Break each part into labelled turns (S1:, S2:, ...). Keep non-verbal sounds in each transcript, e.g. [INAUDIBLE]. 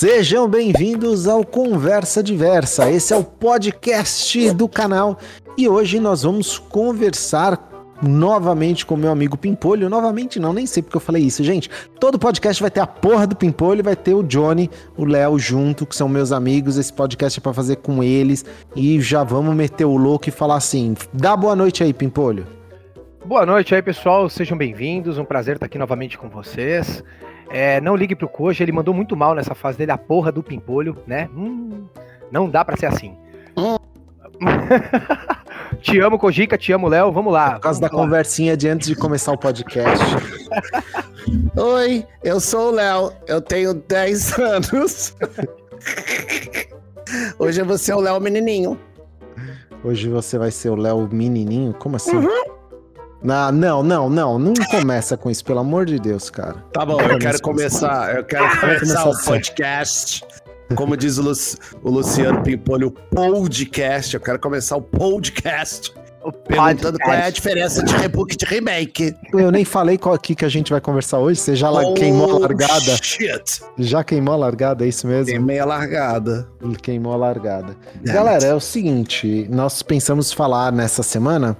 S1: Sejam bem-vindos ao Conversa Diversa. Esse é o podcast do canal e hoje nós vamos conversar novamente com meu amigo Pimpolho. Novamente não, nem sei porque eu falei isso, gente. Todo podcast vai ter a porra do Pimpolho, vai ter o Johnny, o Léo junto, que são meus amigos. Esse podcast é pra fazer com eles e já vamos meter o louco e falar assim: "Dá boa noite aí, Pimpolho".
S2: Boa noite aí, pessoal. Sejam bem-vindos. Um prazer estar aqui novamente com vocês. É, não ligue pro Coxa, ele mandou muito mal nessa fase dele, a porra do Pimpolho, né? Hum, não dá pra ser assim. [LAUGHS] te amo, Cojica, te amo, Léo. Vamos lá.
S1: Por causa da conversinha de antes de começar o podcast.
S3: Oi, eu sou o Léo, eu tenho 10 [LAUGHS] anos. Hoje você é o Léo Menininho.
S1: Hoje você vai ser o Léo menininho? Como assim? Ah, não, não, não. Não começa com isso, pelo amor de Deus, cara.
S3: Tá bom, eu quero começar, eu quero Ah, começar o podcast. Como diz o, Luci- o Luciano Pimpolho, o podcast. Eu quero começar o podcast
S2: O
S3: perguntando qual é a
S2: podcast.
S3: diferença de rebook e de remake.
S1: Eu nem falei qual aqui que a gente vai conversar hoje. Você já la-
S3: Oh,
S1: queimou a largada?
S3: Shit.
S1: Já queimou a largada, é isso mesmo?
S3: Tem meia largada.
S1: Ele queimou a largada. Galera, é o seguinte, nós pensamos falar nessa semana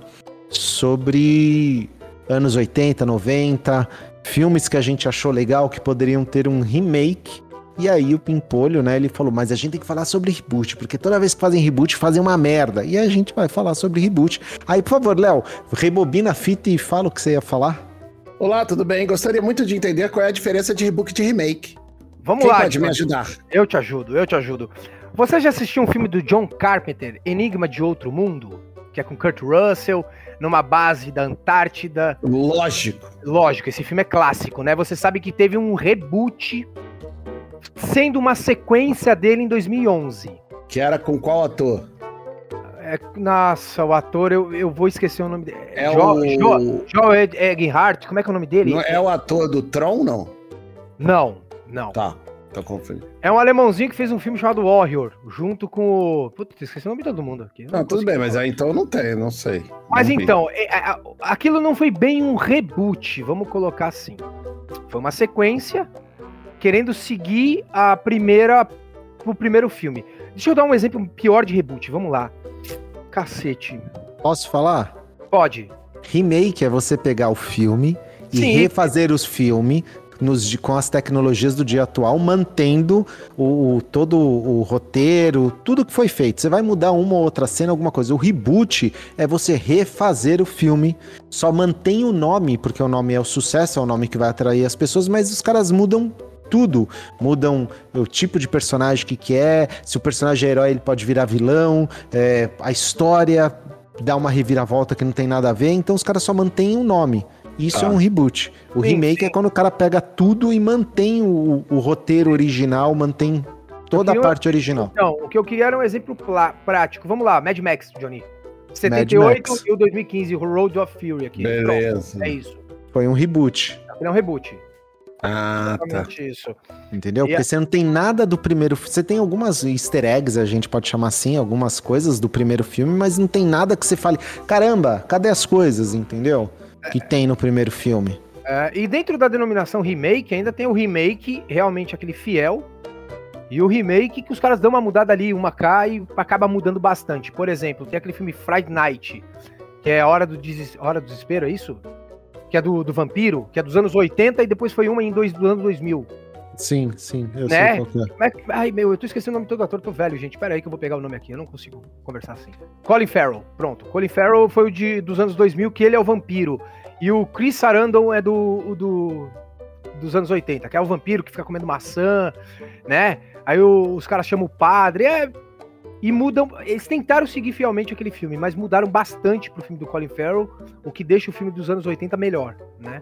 S1: sobre anos 80, 90, filmes que a gente achou legal que poderiam ter um remake. E aí o Pimpolho, né, ele falou, mas a gente tem que falar sobre reboot, porque toda vez que fazem reboot, fazem uma merda. E a gente vai falar sobre reboot. Aí, por favor, Léo, rebobina a fita e fala o que você ia falar.
S3: Olá, tudo bem? Gostaria muito de entender qual é a diferença de rebook e de remake.
S2: Vamos
S3: Quem
S2: lá,
S3: pode me
S2: Johnny.
S3: ajudar?
S2: Eu te ajudo, eu te ajudo. Você já assistiu um filme do John Carpenter, Enigma de Outro Mundo? Que é com Kurt Russell, numa base da Antártida.
S3: Lógico.
S2: Lógico, esse filme é clássico, né? Você sabe que teve um reboot, sendo uma sequência dele em 2011.
S3: Que era com qual ator?
S2: É, nossa, o ator, eu, eu vou esquecer o nome dele.
S3: É
S2: Jo-
S3: o.
S2: Jo- Joel Ed- Earhart, como é que é o nome dele?
S3: Não é o ator do Tron, não?
S2: Não, não.
S3: Tá, tô confundindo.
S2: É um alemãozinho que fez um filme chamado Warrior, junto com o. Putz, esqueci o nome de todo mundo aqui.
S3: Não, tudo
S2: consigo
S3: bem, mas
S2: falar.
S3: aí então não tem, não sei.
S2: Mas
S3: Não vi.
S2: então, é, a- a- aquilo não foi bem um reboot, vamos colocar assim. Foi uma sequência querendo seguir a primeira. o primeiro filme. Deixa eu dar um exemplo pior de reboot, vamos lá. Cacete.
S1: Posso falar?
S2: Pode.
S1: Remake é você pegar o filme e
S2: Sim.
S1: refazer os filmes nos, de- com as tecnologias do dia atual, mantendo o, o- todo o roteiro, tudo que foi feito. Você vai mudar uma ou outra cena, alguma coisa. O reboot é você refazer o filme, só mantém o nome, porque o nome é o sucesso, é o nome que vai atrair as pessoas, mas os caras mudam tudo. Mudam o tipo de personagem que, que é, se o personagem é herói, ele pode virar vilão, é, a história dá uma reviravolta que não tem nada a ver, então os caras só mantêm o nome. Isso
S3: Tá.
S1: é um reboot. O
S2: Sim,
S1: remake é quando o cara pega tudo e mantém o, o roteiro original, mantém toda a
S2: Eu-
S1: parte original.
S2: Então, o que eu queria era um exemplo plá- prático. Vamos lá, Mad Max, Johnny. 78
S1: Max.
S2: e o 2015, o Road of Fury aqui.
S3: Beleza.
S2: Pronto, é isso.
S1: Foi um reboot,
S2: Ele é um reboot.
S3: Ah, tá.
S2: Exatamente isso.
S1: entendeu?
S2: E
S1: Porque
S2: a-
S1: você não tem nada do primeiro. Você tem algumas easter eggs, a gente pode chamar assim, algumas coisas do primeiro filme, mas não tem nada que você fale, caramba, cadê as coisas, entendeu? Que tem no primeiro filme.
S2: É, e dentro da denominação remake, ainda tem o remake, realmente aquele fiel. E o remake que os caras dão uma mudada ali, uma cá e acaba mudando bastante. Por exemplo, tem aquele filme Friday Night, que é Hora do, Deses- Hora do Desespero, é isso? Que é do, do vampiro, que é dos anos 80 e depois foi uma em dois, do ano 2000.
S1: Sim, sim, eu
S2: Né?
S1: sei qual que é.
S2: Como é que- Ai, meu, eu tô esquecendo o nome do todo ator, tô velho, gente. Pera aí que eu vou pegar o nome aqui, eu não consigo conversar assim. Colin Farrell, pronto. Colin Farrell foi o de, dos anos 2000, que ele é o vampiro. E o Chris Sarandon é do, o do dos anos 80, que é o vampiro que fica comendo maçã, né? Aí o- os caras chamam o padre, é... E mudam... Eles tentaram seguir fielmente aquele filme, mas mudaram bastante pro filme do Colin Farrell, o que deixa o filme dos anos 80 melhor, né?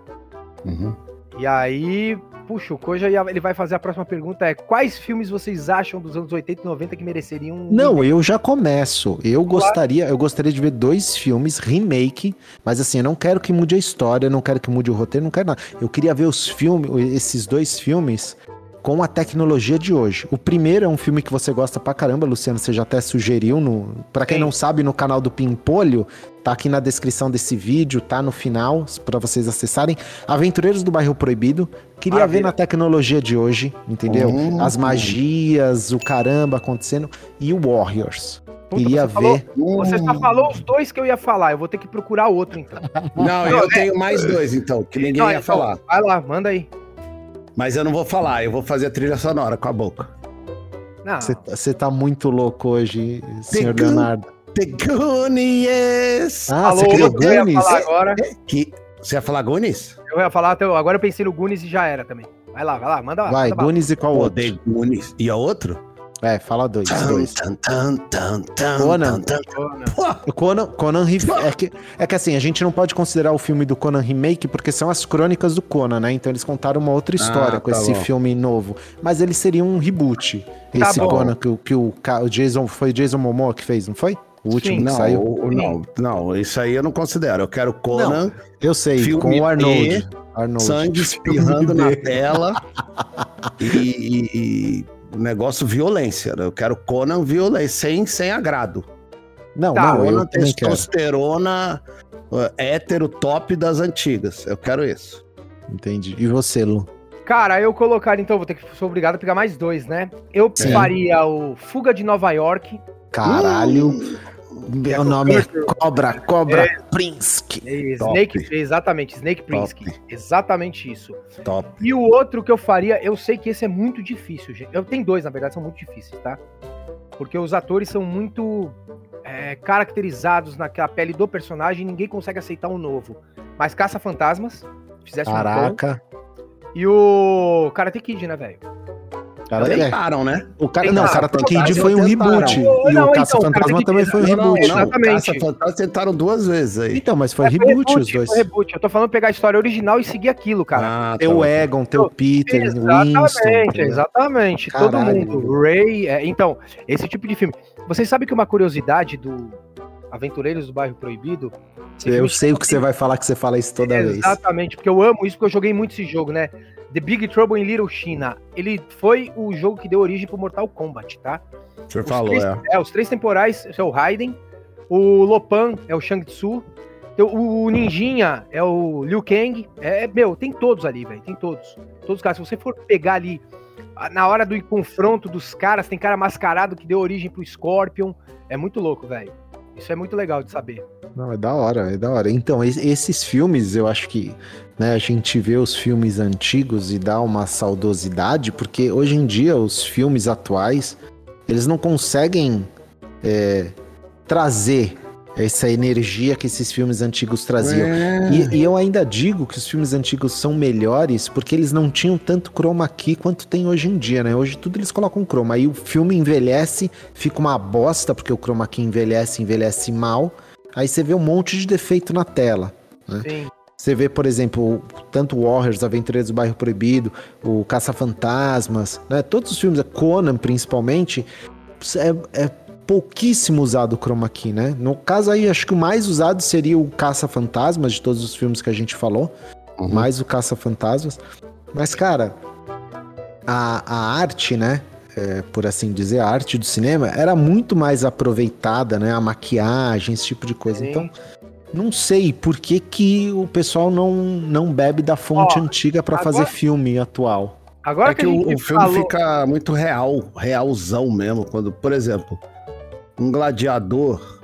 S3: Uhum.
S2: E aí, puxa, o Koja ia- ele vai fazer a próxima pergunta é quais filmes vocês acham dos anos 80 e 90 que mereceriam um
S1: Não, eu já começo. Eu gostaria, eu gostaria de ver dois filmes remake, mas assim, eu não quero que mude a história, eu não quero que mude o roteiro, não quero nada. Eu queria ver os filmes, esses dois filmes com a tecnologia de hoje. O primeiro é um filme que você gosta pra caramba, Luciano, você já até sugeriu no, para quem
S2: Sim.
S1: não sabe, no canal do Pimpolho, tá aqui na descrição desse vídeo, tá no final pra vocês acessarem, Aventureiros do Bairro Proibido. Queria
S2: Maravilha.
S1: ver na tecnologia de hoje, entendeu?
S3: Hum.
S1: As magias, o caramba acontecendo e o Warriors.
S2: Puta,
S1: Queria
S2: você falou-
S1: ver. um-
S2: Você só falou os dois que eu ia falar, eu vou ter que procurar outro então.
S3: Não, eu tenho mais dois, então, que ninguém
S2: Não,
S3: ia
S2: então,
S3: falar.
S2: Vai lá, manda aí.
S3: Mas eu não vou falar, eu vou fazer a trilha sonora com a boca.
S2: Não,
S1: Você você tá muito louco hoje, senhor
S3: Pegando.
S1: Leonardo.
S3: The Goonies!
S1: Ah,
S2: falou
S1: você queria
S2: outro que eu ia
S1: Goonies?
S2: falar agora.
S3: Que... Você ia falar Goonies?
S2: Eu ia falar até agora eu pensei no Gunis e já era também. Vai lá, vai lá, manda lá.
S1: Vai,
S2: manda bala.
S1: Goonies e qual
S3: Pô,
S1: outro?
S3: The Goonies. E a outro?
S1: É, fala dois, dois.
S3: Tan, tan, tan, tan,
S1: Conan.
S3: tan, tan.
S2: Ô, não.
S3: Pô,
S1: O Conan, Conan Re- é que, é que assim, a gente não pode considerar o filme do Conan Remake porque são as crônicas do Conan, né? Então eles contaram uma outra história
S3: Ah,
S1: com
S3: tá
S1: esse
S3: bom.
S1: filme novo. Mas ele seria um reboot.
S2: Tá
S1: Esse
S2: bom.
S1: Conan que, o- que o, ca- o Jason. Foi o Jason Momoa que fez, não foi? O último
S2: Sim.
S1: que
S3: Não,
S1: saiu.
S3: o- o- não, não, isso aí eu não considero. Eu quero Conan,
S1: Eu sei,
S3: Filme
S1: com o Arnold.
S3: B,
S1: Arnold.
S3: sangue espirrando
S1: Filme
S3: na
S1: B. [LAUGHS]
S3: tela e, e- e negócio violência. né? Eu quero Conan violência, sem, sem agrado.
S1: Não,
S2: Tá,
S1: não,
S3: Conan
S1: Ah, eu é também quero.
S3: testosterona uh, hétero top das antigas. Eu quero isso.
S1: Entendi. E você, Lu?
S2: Cara, eu colocaria, então, vou ter que sou obrigado a pegar mais dois, né? Eu
S1: É.
S3: Sim.
S2: faria o Fuga de Nova York.
S1: Caralho,
S3: Hum,
S1: meu nome é Cobra, Cobra
S2: É.
S1: Prinsky.
S2: e
S3: Top.
S2: Snake, exatamente, Snake Plissken. Exatamente isso.
S3: é top.
S2: E o outro que eu faria, eu sei que esse é muito difícil, gente. Eu tenho dois, na verdade, são muito difíceis, tá? Porque os atores são muito é, caracterizados naquela pele do personagem e ninguém consegue aceitar um novo. Mas Caça Fantasmas, fizesse um bom.
S1: Caraca.
S2: E o Karate Kid, né, velho?
S1: Cara, é,
S3: Tentaram, né?
S1: O cara,
S2: Tem
S1: não, o
S2: que-
S1: Karate
S3: Ah,
S1: Kid
S3: tentaram.
S1: foi um reboot.
S2: Não,
S1: e
S2: então,
S1: o
S2: o Karate
S1: Caça-Fantasma
S2: Kid-
S1: também foi um
S2: Não, não,
S1: reboot.
S2: não. Exatamente.
S3: Caça Fantasma tentaram duas vezes aí.
S1: Então, mas foi
S2: É,
S1: reboot os
S2: foi
S1: dois.
S2: reboot. Eu tô falando pegar a história original e seguir aquilo, cara.
S3: Ah,
S1: Tem o
S3: tá.
S1: Egon, tem o Peter, o Winston.
S2: Exatamente,
S1: entendeu?
S2: exatamente. Todo
S1: Caralho.
S2: mundo. Ray. é, então, esse tipo de filme. Vocês sabem que uma curiosidade do Aventureiros do Bairro Proibido. esse
S1: Eu
S2: filme
S1: sei o que você vai falar, que você fala isso toda vez.
S2: Exatamente, porque eu amo isso, porque eu joguei muito esse jogo, né? The Big Trouble in Little China. Ele foi o jogo que deu origem pro Mortal Kombat, tá?
S3: Você
S2: Os
S3: falou,
S2: três,
S3: é.
S2: os três temporais é o Raiden, o Lopan é o Shang Tsu, tem o o Ninjinha é o Liu Kang. É, meu, tem todos ali, velho, tem todos. Todos os caras. Se você for pegar ali, a- na hora do confronto dos caras, tem cara mascarado que deu origem pro Scorpion. É muito louco, velho. Isso é muito legal de saber.
S1: Não, é da hora, é da hora. Então, es- esses filmes, eu acho que né, a gente vê os filmes antigos e dá uma saudosidade, porque hoje em dia os filmes atuais, eles não conseguem é, trazer essa energia que esses filmes antigos traziam.
S3: É.
S1: E, e eu ainda digo que os filmes antigos são melhores porque eles não tinham tanto chroma aqui quanto tem hoje em dia, né? Hoje tudo eles colocam chroma. Aí o filme envelhece, fica uma bosta porque o chroma aqui envelhece, envelhece mal. Aí você vê um monte de defeito na tela.
S2: Sim.
S1: Você vê, por exemplo, tanto Warriors, Aventureiros do Bairro Proibido, o Caça-Fantasmas, né? Todos os filmes, Conan principalmente, é, é pouquíssimo usado o chroma key, né? No caso aí, acho que o mais usado seria o Caça-Fantasmas, de todos os filmes que a gente falou,
S3: Uhum.
S1: mais o Caça-Fantasmas. Mas, cara, a, a arte, né? é, por assim dizer, a arte do cinema era muito mais aproveitada, né? A maquiagem, esse tipo de coisa.
S2: Sim.
S1: Então, não sei por que, que o pessoal não, não bebe da fonte
S2: Ó,
S1: antiga pra
S2: agora-
S1: fazer filme atual.
S2: Agora
S3: é
S2: que,
S3: que
S2: a
S3: o,
S2: gente
S3: o filme
S2: falou-
S3: fica muito real, realzão mesmo. Quando, por exemplo, um gladiador,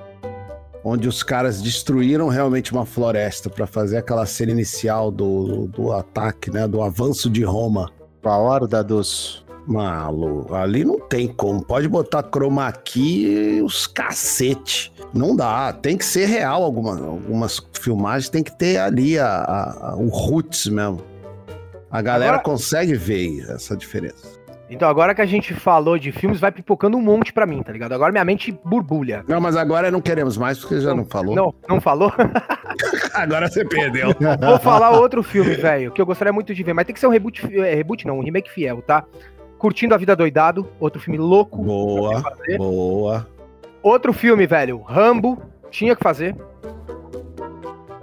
S3: onde os caras destruíram realmente uma floresta pra fazer aquela cena inicial do, do ataque, né? Do avanço de Roma.
S1: A Horda dos.
S3: Malu, ali não tem como. Pode botar chroma key e os cacete. Não dá. Tem que ser real alguma, algumas filmagens. Tem que ter ali a, a- a- o roots mesmo. A galera
S2: Agora-
S3: consegue ver essa diferença.
S2: Então, agora que a gente falou de filmes, vai pipocando um monte pra mim, tá ligado? Agora minha mente borbulha.
S3: Não, mas agora não queremos mais, porque já não, falou.
S2: Não, não falou?
S3: [LAUGHS] Agora você perdeu.
S2: Vou falar outro filme, velho, que eu gostaria muito de ver, mas tem que ser um reboot, fi- é, reboot não, um remake fiel, tá? Curtindo a Vida Doidado, outro filme louco.
S3: Boa,
S2: pra fazer.
S3: boa.
S2: Outro filme, velho, Rambo, tinha que fazer.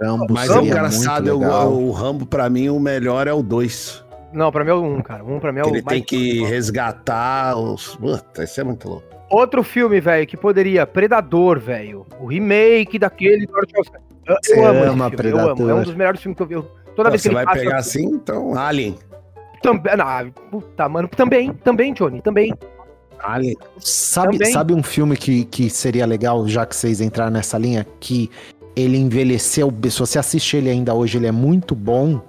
S1: Rambo
S3: Mas
S1: seria
S3: engraçado,
S1: é muito
S3: eu,
S1: legal.
S3: o Rambo, pra mim, o melhor é o 2.
S2: Não, pra mim é o 1, cara. O 1 pra mim é o
S3: Ele tem
S2: mais-
S3: que resgatar os. Puta, isso é muito louco.
S2: Outro filme, velho, que poderia. Predador, velho. O remake daquele do Arnold Schwarzenegger. Eu,
S1: Você
S2: eu amo esse
S1: ama
S2: filme,
S1: Predador.
S2: eu amo. É um dos melhores filmes que eu vi. Eu- toda
S3: Não,
S2: vez que
S3: você
S2: ele
S3: vai
S2: passa, né?
S3: pegar
S2: eu-
S3: assim, então. Alien.
S2: Também. Ah, puta, mano. Também, também, Johnny. Também.
S3: Alien.
S1: Sabe,
S2: Também.
S1: sabe um filme que, que seria legal, já que vocês entraram nessa linha, que ele envelheceu, se você assiste ele ainda hoje, ele é muito bom,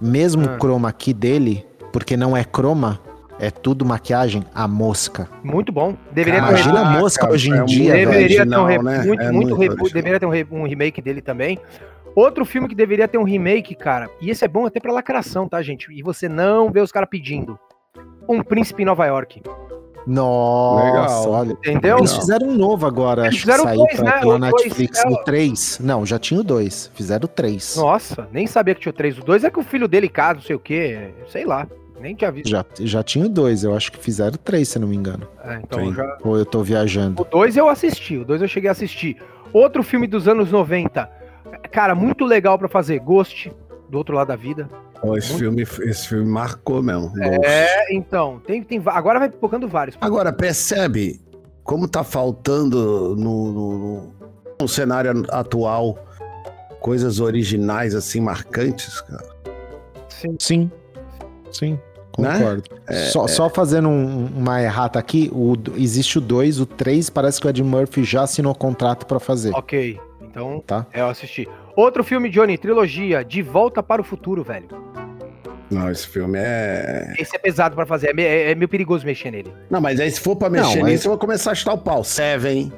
S1: mesmo
S2: Ah.
S1: o chroma aqui dele, porque não é croma, é tudo maquiagem, a mosca.
S2: Muito bom. Deveria ter um
S1: Imagina
S2: reboot.
S1: a mosca hoje em
S3: é um
S1: dia,
S3: original,
S1: velho.
S2: Deveria ter um re-
S3: né?
S2: muito,
S3: É
S2: muito reboot.
S3: original.
S2: Deveria ter um, re- um remake dele também. Outro filme que deveria ter um remake, cara. E esse é bom até pra lacração, tá, gente? E você não vê os caras pedindo. Um príncipe em Nova York.
S1: Nossa,
S3: Legal.
S1: olha.
S2: Entendeu?
S1: Eles fizeram um novo agora,
S2: Eles
S1: acho que
S2: fizeram
S1: saiu
S2: dois,
S1: pra-
S2: né?
S1: pela
S2: O dois,
S1: Netflix,
S2: é,
S1: o
S2: ó.
S1: 3. Não, já tinha o 2, fizeram o 3.
S2: Nossa, nem sabia que tinha o 3. O 2 é que o filho dele casa, não sei o quê. Sei lá. Nem tinha visto.
S1: Já, já tinha o 2, eu acho que fizeram o 3, se não me engano.
S2: É, então
S3: Sim.
S2: já...
S1: Ou eu tô viajando.
S2: O 2 eu assisti. O 2 eu cheguei a assistir. Outro filme dos anos 90. Cara, muito legal pra fazer. Ghost, do outro lado da vida.
S3: Ó, Então, esse, filme, esse filme marcou mesmo. Nossa.
S2: É, então. Tem, tem, va- agora vai pipocando vários.
S3: Agora, percebe como tá faltando no, no- no- no cenário atual coisas originais assim marcantes, cara.
S2: Sim.
S1: Sim, sim,
S3: Né?
S1: concordo. só, só fazendo um- uma errata aqui, o do- existe o 2, o 3 parece que o Ed Murphy já assinou contrato pra fazer.
S2: Ok. Então,
S1: Tá.
S2: é, eu assisti. Outro filme, Johnny, trilogia, De Volta para o Futuro, velho.
S3: Não, esse filme é.
S2: Esse é pesado pra fazer, é, me- é- é meio perigoso mexer nele.
S3: Não, mas aí se for pra mexer
S1: Não, mas-
S3: nisso, eu vou começar a chutar o pau. Seven.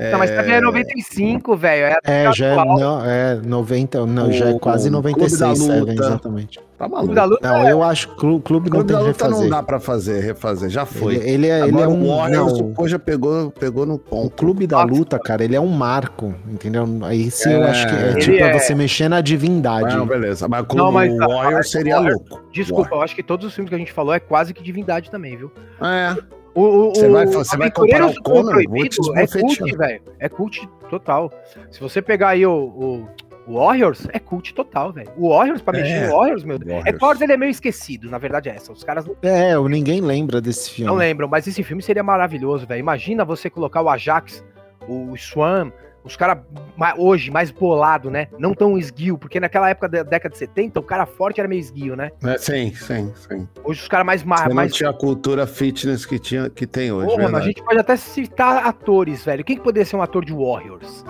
S2: Não, mas também é 95, velho. É
S1: É, já é,
S2: atual.
S1: não, é 90, não, já é
S3: O-
S1: quase
S3: o
S1: 96,
S3: Clube da
S1: Seven,
S3: Luta.
S1: é, exatamente.
S3: Tá
S2: O
S3: maluco.
S2: Clube da Luta
S1: Não, eu acho que o Clu- clube não
S3: Clube
S1: tem
S3: da
S1: que
S3: Luta não
S1: refazer.
S3: dá pra fazer, refazer, já foi.
S1: Ele, ele é,
S3: Agora
S1: ele é um.
S3: o Warriors
S1: não,
S3: o já pegou, pegou no
S1: o
S3: ponto.
S1: clube da luta, cara, ele é um marco, entendeu? Aí se eu
S3: É,
S1: acho que é
S3: ele
S1: tipo é
S2: é-
S1: você mexer na divindade.
S3: Não, beleza. Mas o Clube
S2: Não, mas-
S3: Warriors seria
S2: Warriors-
S3: louco.
S2: Desculpa, eu acho que todos os filmes que a gente falou é quase que divindade também, viu?
S3: É.
S2: O, o,
S3: Você
S2: o-
S3: vai- você vai comparar
S2: Aventureiros
S3: o Conan?
S2: do Mundo
S3: Vou te
S2: Proibido é cult,
S3: esbofetear.
S2: velho. É cult total. Se você pegar aí o, o Warriors, é cult total, velho. O Warriors, pra
S3: É.
S2: mexer no Warriors, meu Deus. É
S3: Warriors.
S2: claro, ele é meio esquecido, na verdade é essa. Os caras não,
S1: É, eu- ninguém lembra desse filme.
S2: não lembram, mas esse filme seria maravilhoso, velho. Imagina você colocar o Ajax, o Swan, os caras ma- hoje mais bolado, né? Não tão esguio, porque naquela época da década de 70, o cara forte era meio esguio, né?
S3: É, sim, sim, sim.
S2: Hoje os caras mais, ma-
S3: Você não
S2: mais
S3: tinha a cultura fitness que, tinha, que tem hoje,
S2: Ah,
S3: né?
S2: Porra, mano, a
S3: verdade.
S2: gente pode até citar atores, velho. Quem que poderia ser um ator de Warriors?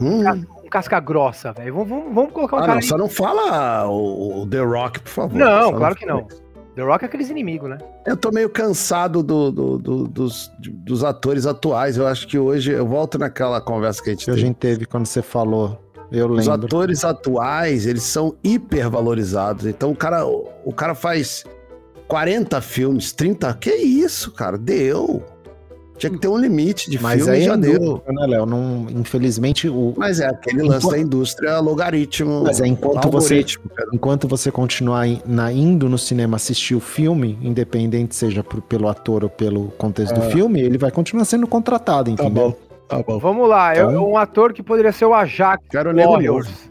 S3: Hum.
S2: Um casca grossa, velho. Vamos, vamos- vamos colocar um
S3: Ah,
S2: cara
S3: não,
S2: aí.
S3: só não fala o, o The Rock, por favor.
S2: Não,
S3: Só
S2: claro que
S3: fala
S2: não. The Rock é aqueles inimigos, né?
S3: Eu tô meio cansado do- do- do- dos, de- dos atores atuais. Eu acho que hoje eu volto naquela conversa que a gente
S1: Que a
S3: teve.
S1: gente teve quando você falou. Eu
S3: Os
S1: lembro.
S3: atores atuais, eles são hipervalorizados. Então o cara, o, o cara faz 40 filmes, 30. Que isso, cara? Deu. Tinha que ter um limite de
S1: Mas
S3: filme
S1: aí
S3: já
S1: é
S3: deu.
S1: indústria, né, Léo? Não- infelizmente, o-
S3: Mas é aquele lance da indústria logaritmo.
S1: Mas é enquanto você-
S3: algoritmo, cara.
S1: enquanto você continuar in- na- indo no cinema assistir o filme, independente seja por- pelo ator ou pelo contexto do filme, ele vai continuar sendo contratado,
S3: É.
S1: [LAUGHS]
S3: Tá
S1: entendeu?
S3: bom, tá bom.
S2: Vamos lá, eu-
S1: Então-
S2: um ator que poderia ser o Ajax
S3: Quero nego novo.
S2: Warriors.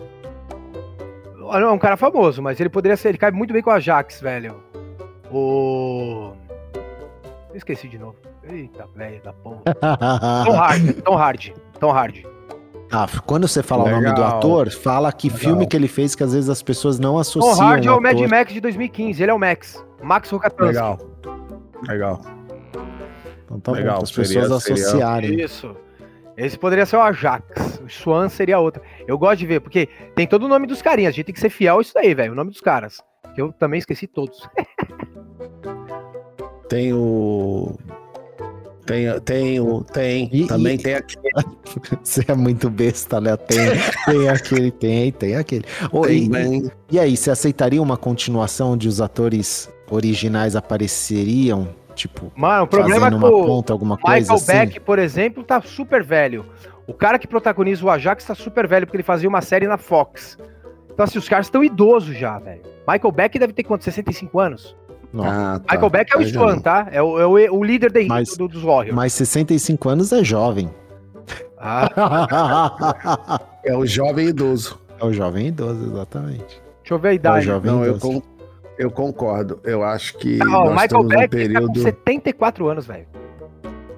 S2: Ah, Não, é um cara famoso, mas ele poderia ser. Ele cai muito bem com o Ajax, velho. O. Eu Esqueci de novo. Eita, velho da porra. Tom Hard, Tom Hard, Tom Hard.
S1: Ah, quando você falar o nome do
S3: Legal.
S1: ator, fala que filme que ele fez que às vezes as pessoas não
S2: Tom
S1: associam.
S2: Hard é
S1: ao
S2: o Mad
S1: um ator.
S2: Max de 2015, ele é o Max. Max Rokatansky.
S3: Legal. Legal.
S1: Então tá
S3: Legal,
S1: bom, as
S3: seria-
S1: pessoas
S3: seria-
S1: associarem.
S2: Isso. Esse poderia ser o Ajax. O Swan seria outro. Eu gosto de ver, porque tem todo o nome dos carinhas. A gente tem que ser fiel a isso aí, velho. O nome dos caras. Que eu também esqueci todos. [LAUGHS]
S3: Tem o. Tem, tem o. Tem.
S1: E-
S3: também
S1: e-
S3: tem aquele.
S1: [LAUGHS] Você é muito besta, né? Tem, tem aquele, tem, tem aquele. Ô, e-
S3: também.
S1: E aí, você aceitaria uma continuação onde os atores originais apareceriam? Tipo,
S2: Mano, o problema é que
S1: fazendo uma
S2: o
S1: ponta, alguma coisa
S2: Michael
S1: assim?
S2: Beck, por exemplo, tá super velho. O cara que protagoniza o Ajax tá super velho, porque ele fazia uma série na Fox. Então, assim, os caras estão idosos já, velho. Michael Beck deve ter quanto? 65 anos?
S1: Não.
S3: Ah, tá.
S2: Michael Beck é o
S3: Aí já
S2: Swan, tá? É o, é o- é o líder da
S1: Mas-
S2: do- dos Warriors.
S1: Mas 65 anos é jovem. [LAUGHS]
S2: Ah,
S1: é
S3: É o jovem idoso.
S1: o jovem idoso, exatamente.
S2: deixa eu ver a
S1: É o
S2: idade.
S1: jovem
S3: Não, eu,
S1: idoso.
S3: con- Eu concordo. Eu acho que
S2: Tá, ó, o
S3: nós
S2: Michael
S3: estamos num
S2: Beck tá com
S3: período.
S2: 74 anos, velho.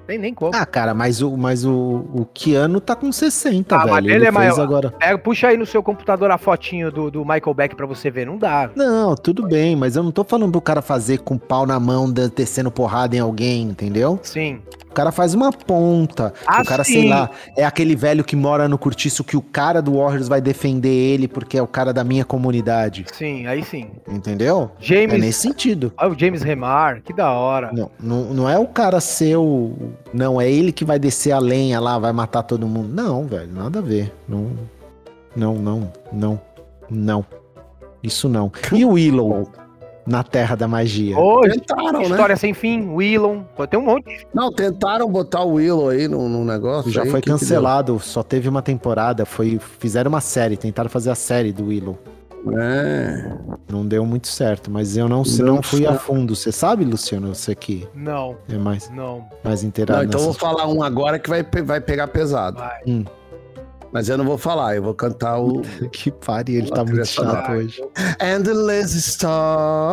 S2: Tem nem como.
S1: Ah, cara, mas o, mas o, o Keanu tá com 60,
S2: Ah,
S1: velho.
S2: mas ele é
S1: fez
S2: maior.
S1: agora.
S2: Pega, puxa aí no seu computador a fotinho do, do Michael Beck pra você ver. Não dá.
S1: Não, tudo bem, mas eu não tô falando pro cara fazer com pau na mão, da- descendo porrada em alguém, entendeu?
S2: Sim.
S1: O cara faz uma ponta.
S2: Ah,
S1: o cara,
S2: sim.
S1: sei lá, é aquele velho que mora no cortiço que o cara do Warriors vai defender ele porque é o cara da minha comunidade.
S2: Sim, aí sim.
S1: Entendeu? É
S2: James.
S1: nesse sentido.
S2: Olha o James Remar, que da hora.
S1: Não, não, não é o cara ser o. Não, é ele que vai descer a lenha lá, vai matar todo mundo. Não, velho, nada a ver. Não, não, não, não. não. Isso não. E o Willow na Terra da Magia?
S2: Hoje,
S3: Tentaram, né?
S2: História Sem Fim, Willon. Pô, Tem um monte.
S3: Não, tentaram botar o Willow aí num, num negócio.
S1: Já
S3: aí,
S1: foi
S3: que que
S1: cancelado, só teve uma temporada. Foi, fizeram uma série, tentaram fazer a série do Willow.
S3: deu? É.
S1: Não deu muito certo, mas eu não, se
S3: Não
S1: não fui a
S3: sei.
S1: fundo. Você sabe, Luciano? Você que
S2: Não,
S1: é mais,
S2: não.
S1: mais inteirado
S3: Não, então eu vou
S1: nessas-
S3: falar um agora que vai, pe- vai pegar pesado.
S2: Vai.
S1: Hum.
S3: Mas eu não vou falar, eu vou cantar o.
S1: Que pariu, ele
S3: Vou
S1: tá muito
S3: trilha
S1: chato
S2: sonora.
S1: hoje.
S3: Endless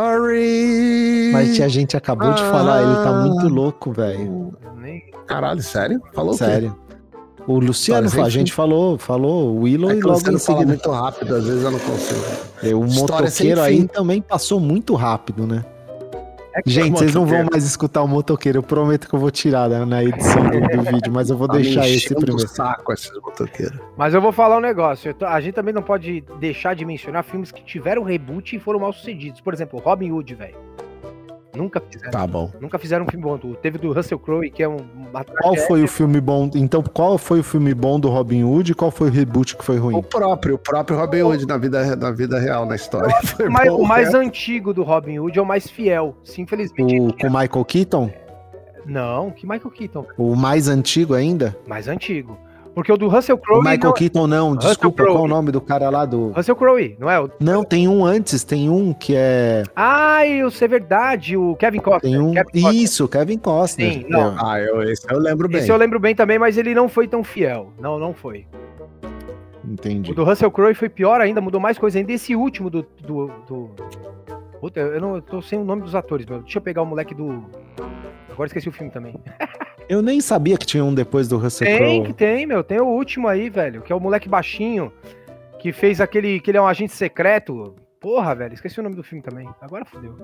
S3: Story.
S1: Mas tia, a gente acabou de falar, ele
S3: Ah.
S1: tá muito louco, velho.
S2: Nem...
S3: Caralho, sério? Falou o quê?
S1: Sério. O Luciano,
S3: Olha,
S1: a
S3: gente-
S1: gente falou, falou o Willow
S3: É
S1: e
S3: que
S1: logo
S3: você
S1: em
S3: não fala
S1: seguida.
S3: muito rápido, às vezes eu não consigo.
S1: É, O
S3: História sem
S1: motoqueiro aí
S3: fim.
S1: também passou muito rápido, né?
S2: É que-
S1: Gente, vocês não vão
S3: Motoqueiro.
S1: mais escutar o motoqueiro. Eu prometo que eu vou tirar né, na edição do, do vídeo, mas eu vou
S3: Tá me
S1: deixar esse
S3: enchendo o
S1: primeiro.
S3: saco esses motoqueiros.
S2: Mas eu vou falar um negócio. eu tô- A gente também não pode deixar de mencionar filmes que tiveram reboot e foram mal sucedidos. Por exemplo, Robin Hood, velho. Nunca fizeram.
S3: Tá bom.
S2: Nunca fizeram um filme bom. O- Teve do Russell Crowe, que é um.
S1: Qual
S2: uma tragédia.
S1: foi o filme bom? Então, qual foi o filme bom do Robin Hood e qual foi o reboot que foi
S3: O
S1: ruim?
S3: próprio, o próprio Robin Hood na vida, na vida real, na história. [LAUGHS] Foi
S2: Mas
S3: bom,
S2: o mais
S3: né?
S2: antigo do Robin Hood é o mais fiel. Sim, infelizmente.
S1: O, com o Michael Keaton?
S2: Não, que Michael Keaton. velho.
S1: O mais antigo ainda?
S2: Mais antigo. Porque o do Russell
S1: O
S2: Crowe.
S1: Michael
S2: não-
S1: Keaton não,
S2: Russell
S1: desculpa, qual
S2: Crowe.
S1: o nome do cara lá do...
S2: Russell Crowe, não é? O-
S1: Não, tem um antes, tem um que é...
S2: Ah, isso é verdade. O Kevin Costner.
S1: Tem um...
S2: Kevin Costner.
S1: Isso, Kevin Costner.
S2: Sim, não.
S1: É.
S3: Ah, eu, esse eu lembro bem.
S2: Esse eu lembro bem também, mas ele não foi tão fiel. Não, não foi. O
S1: Entendi.
S2: do Russell Crowe foi pior ainda, mudou mais coisa ainda. Esse último do. do, do... Puta, eu, não, eu tô sem o nome dos atores, meu. Deixa eu pegar o moleque do. Agora esqueci o filme também.
S1: Eu nem sabia que tinha um depois do Russell
S2: Tem,
S1: Crowe.
S2: que tem, meu. Tem o último aí, velho, que é o moleque baixinho, que fez aquele. que ele é um agente secreto. Porra, velho, esqueci o nome do filme também. Agora fodeu.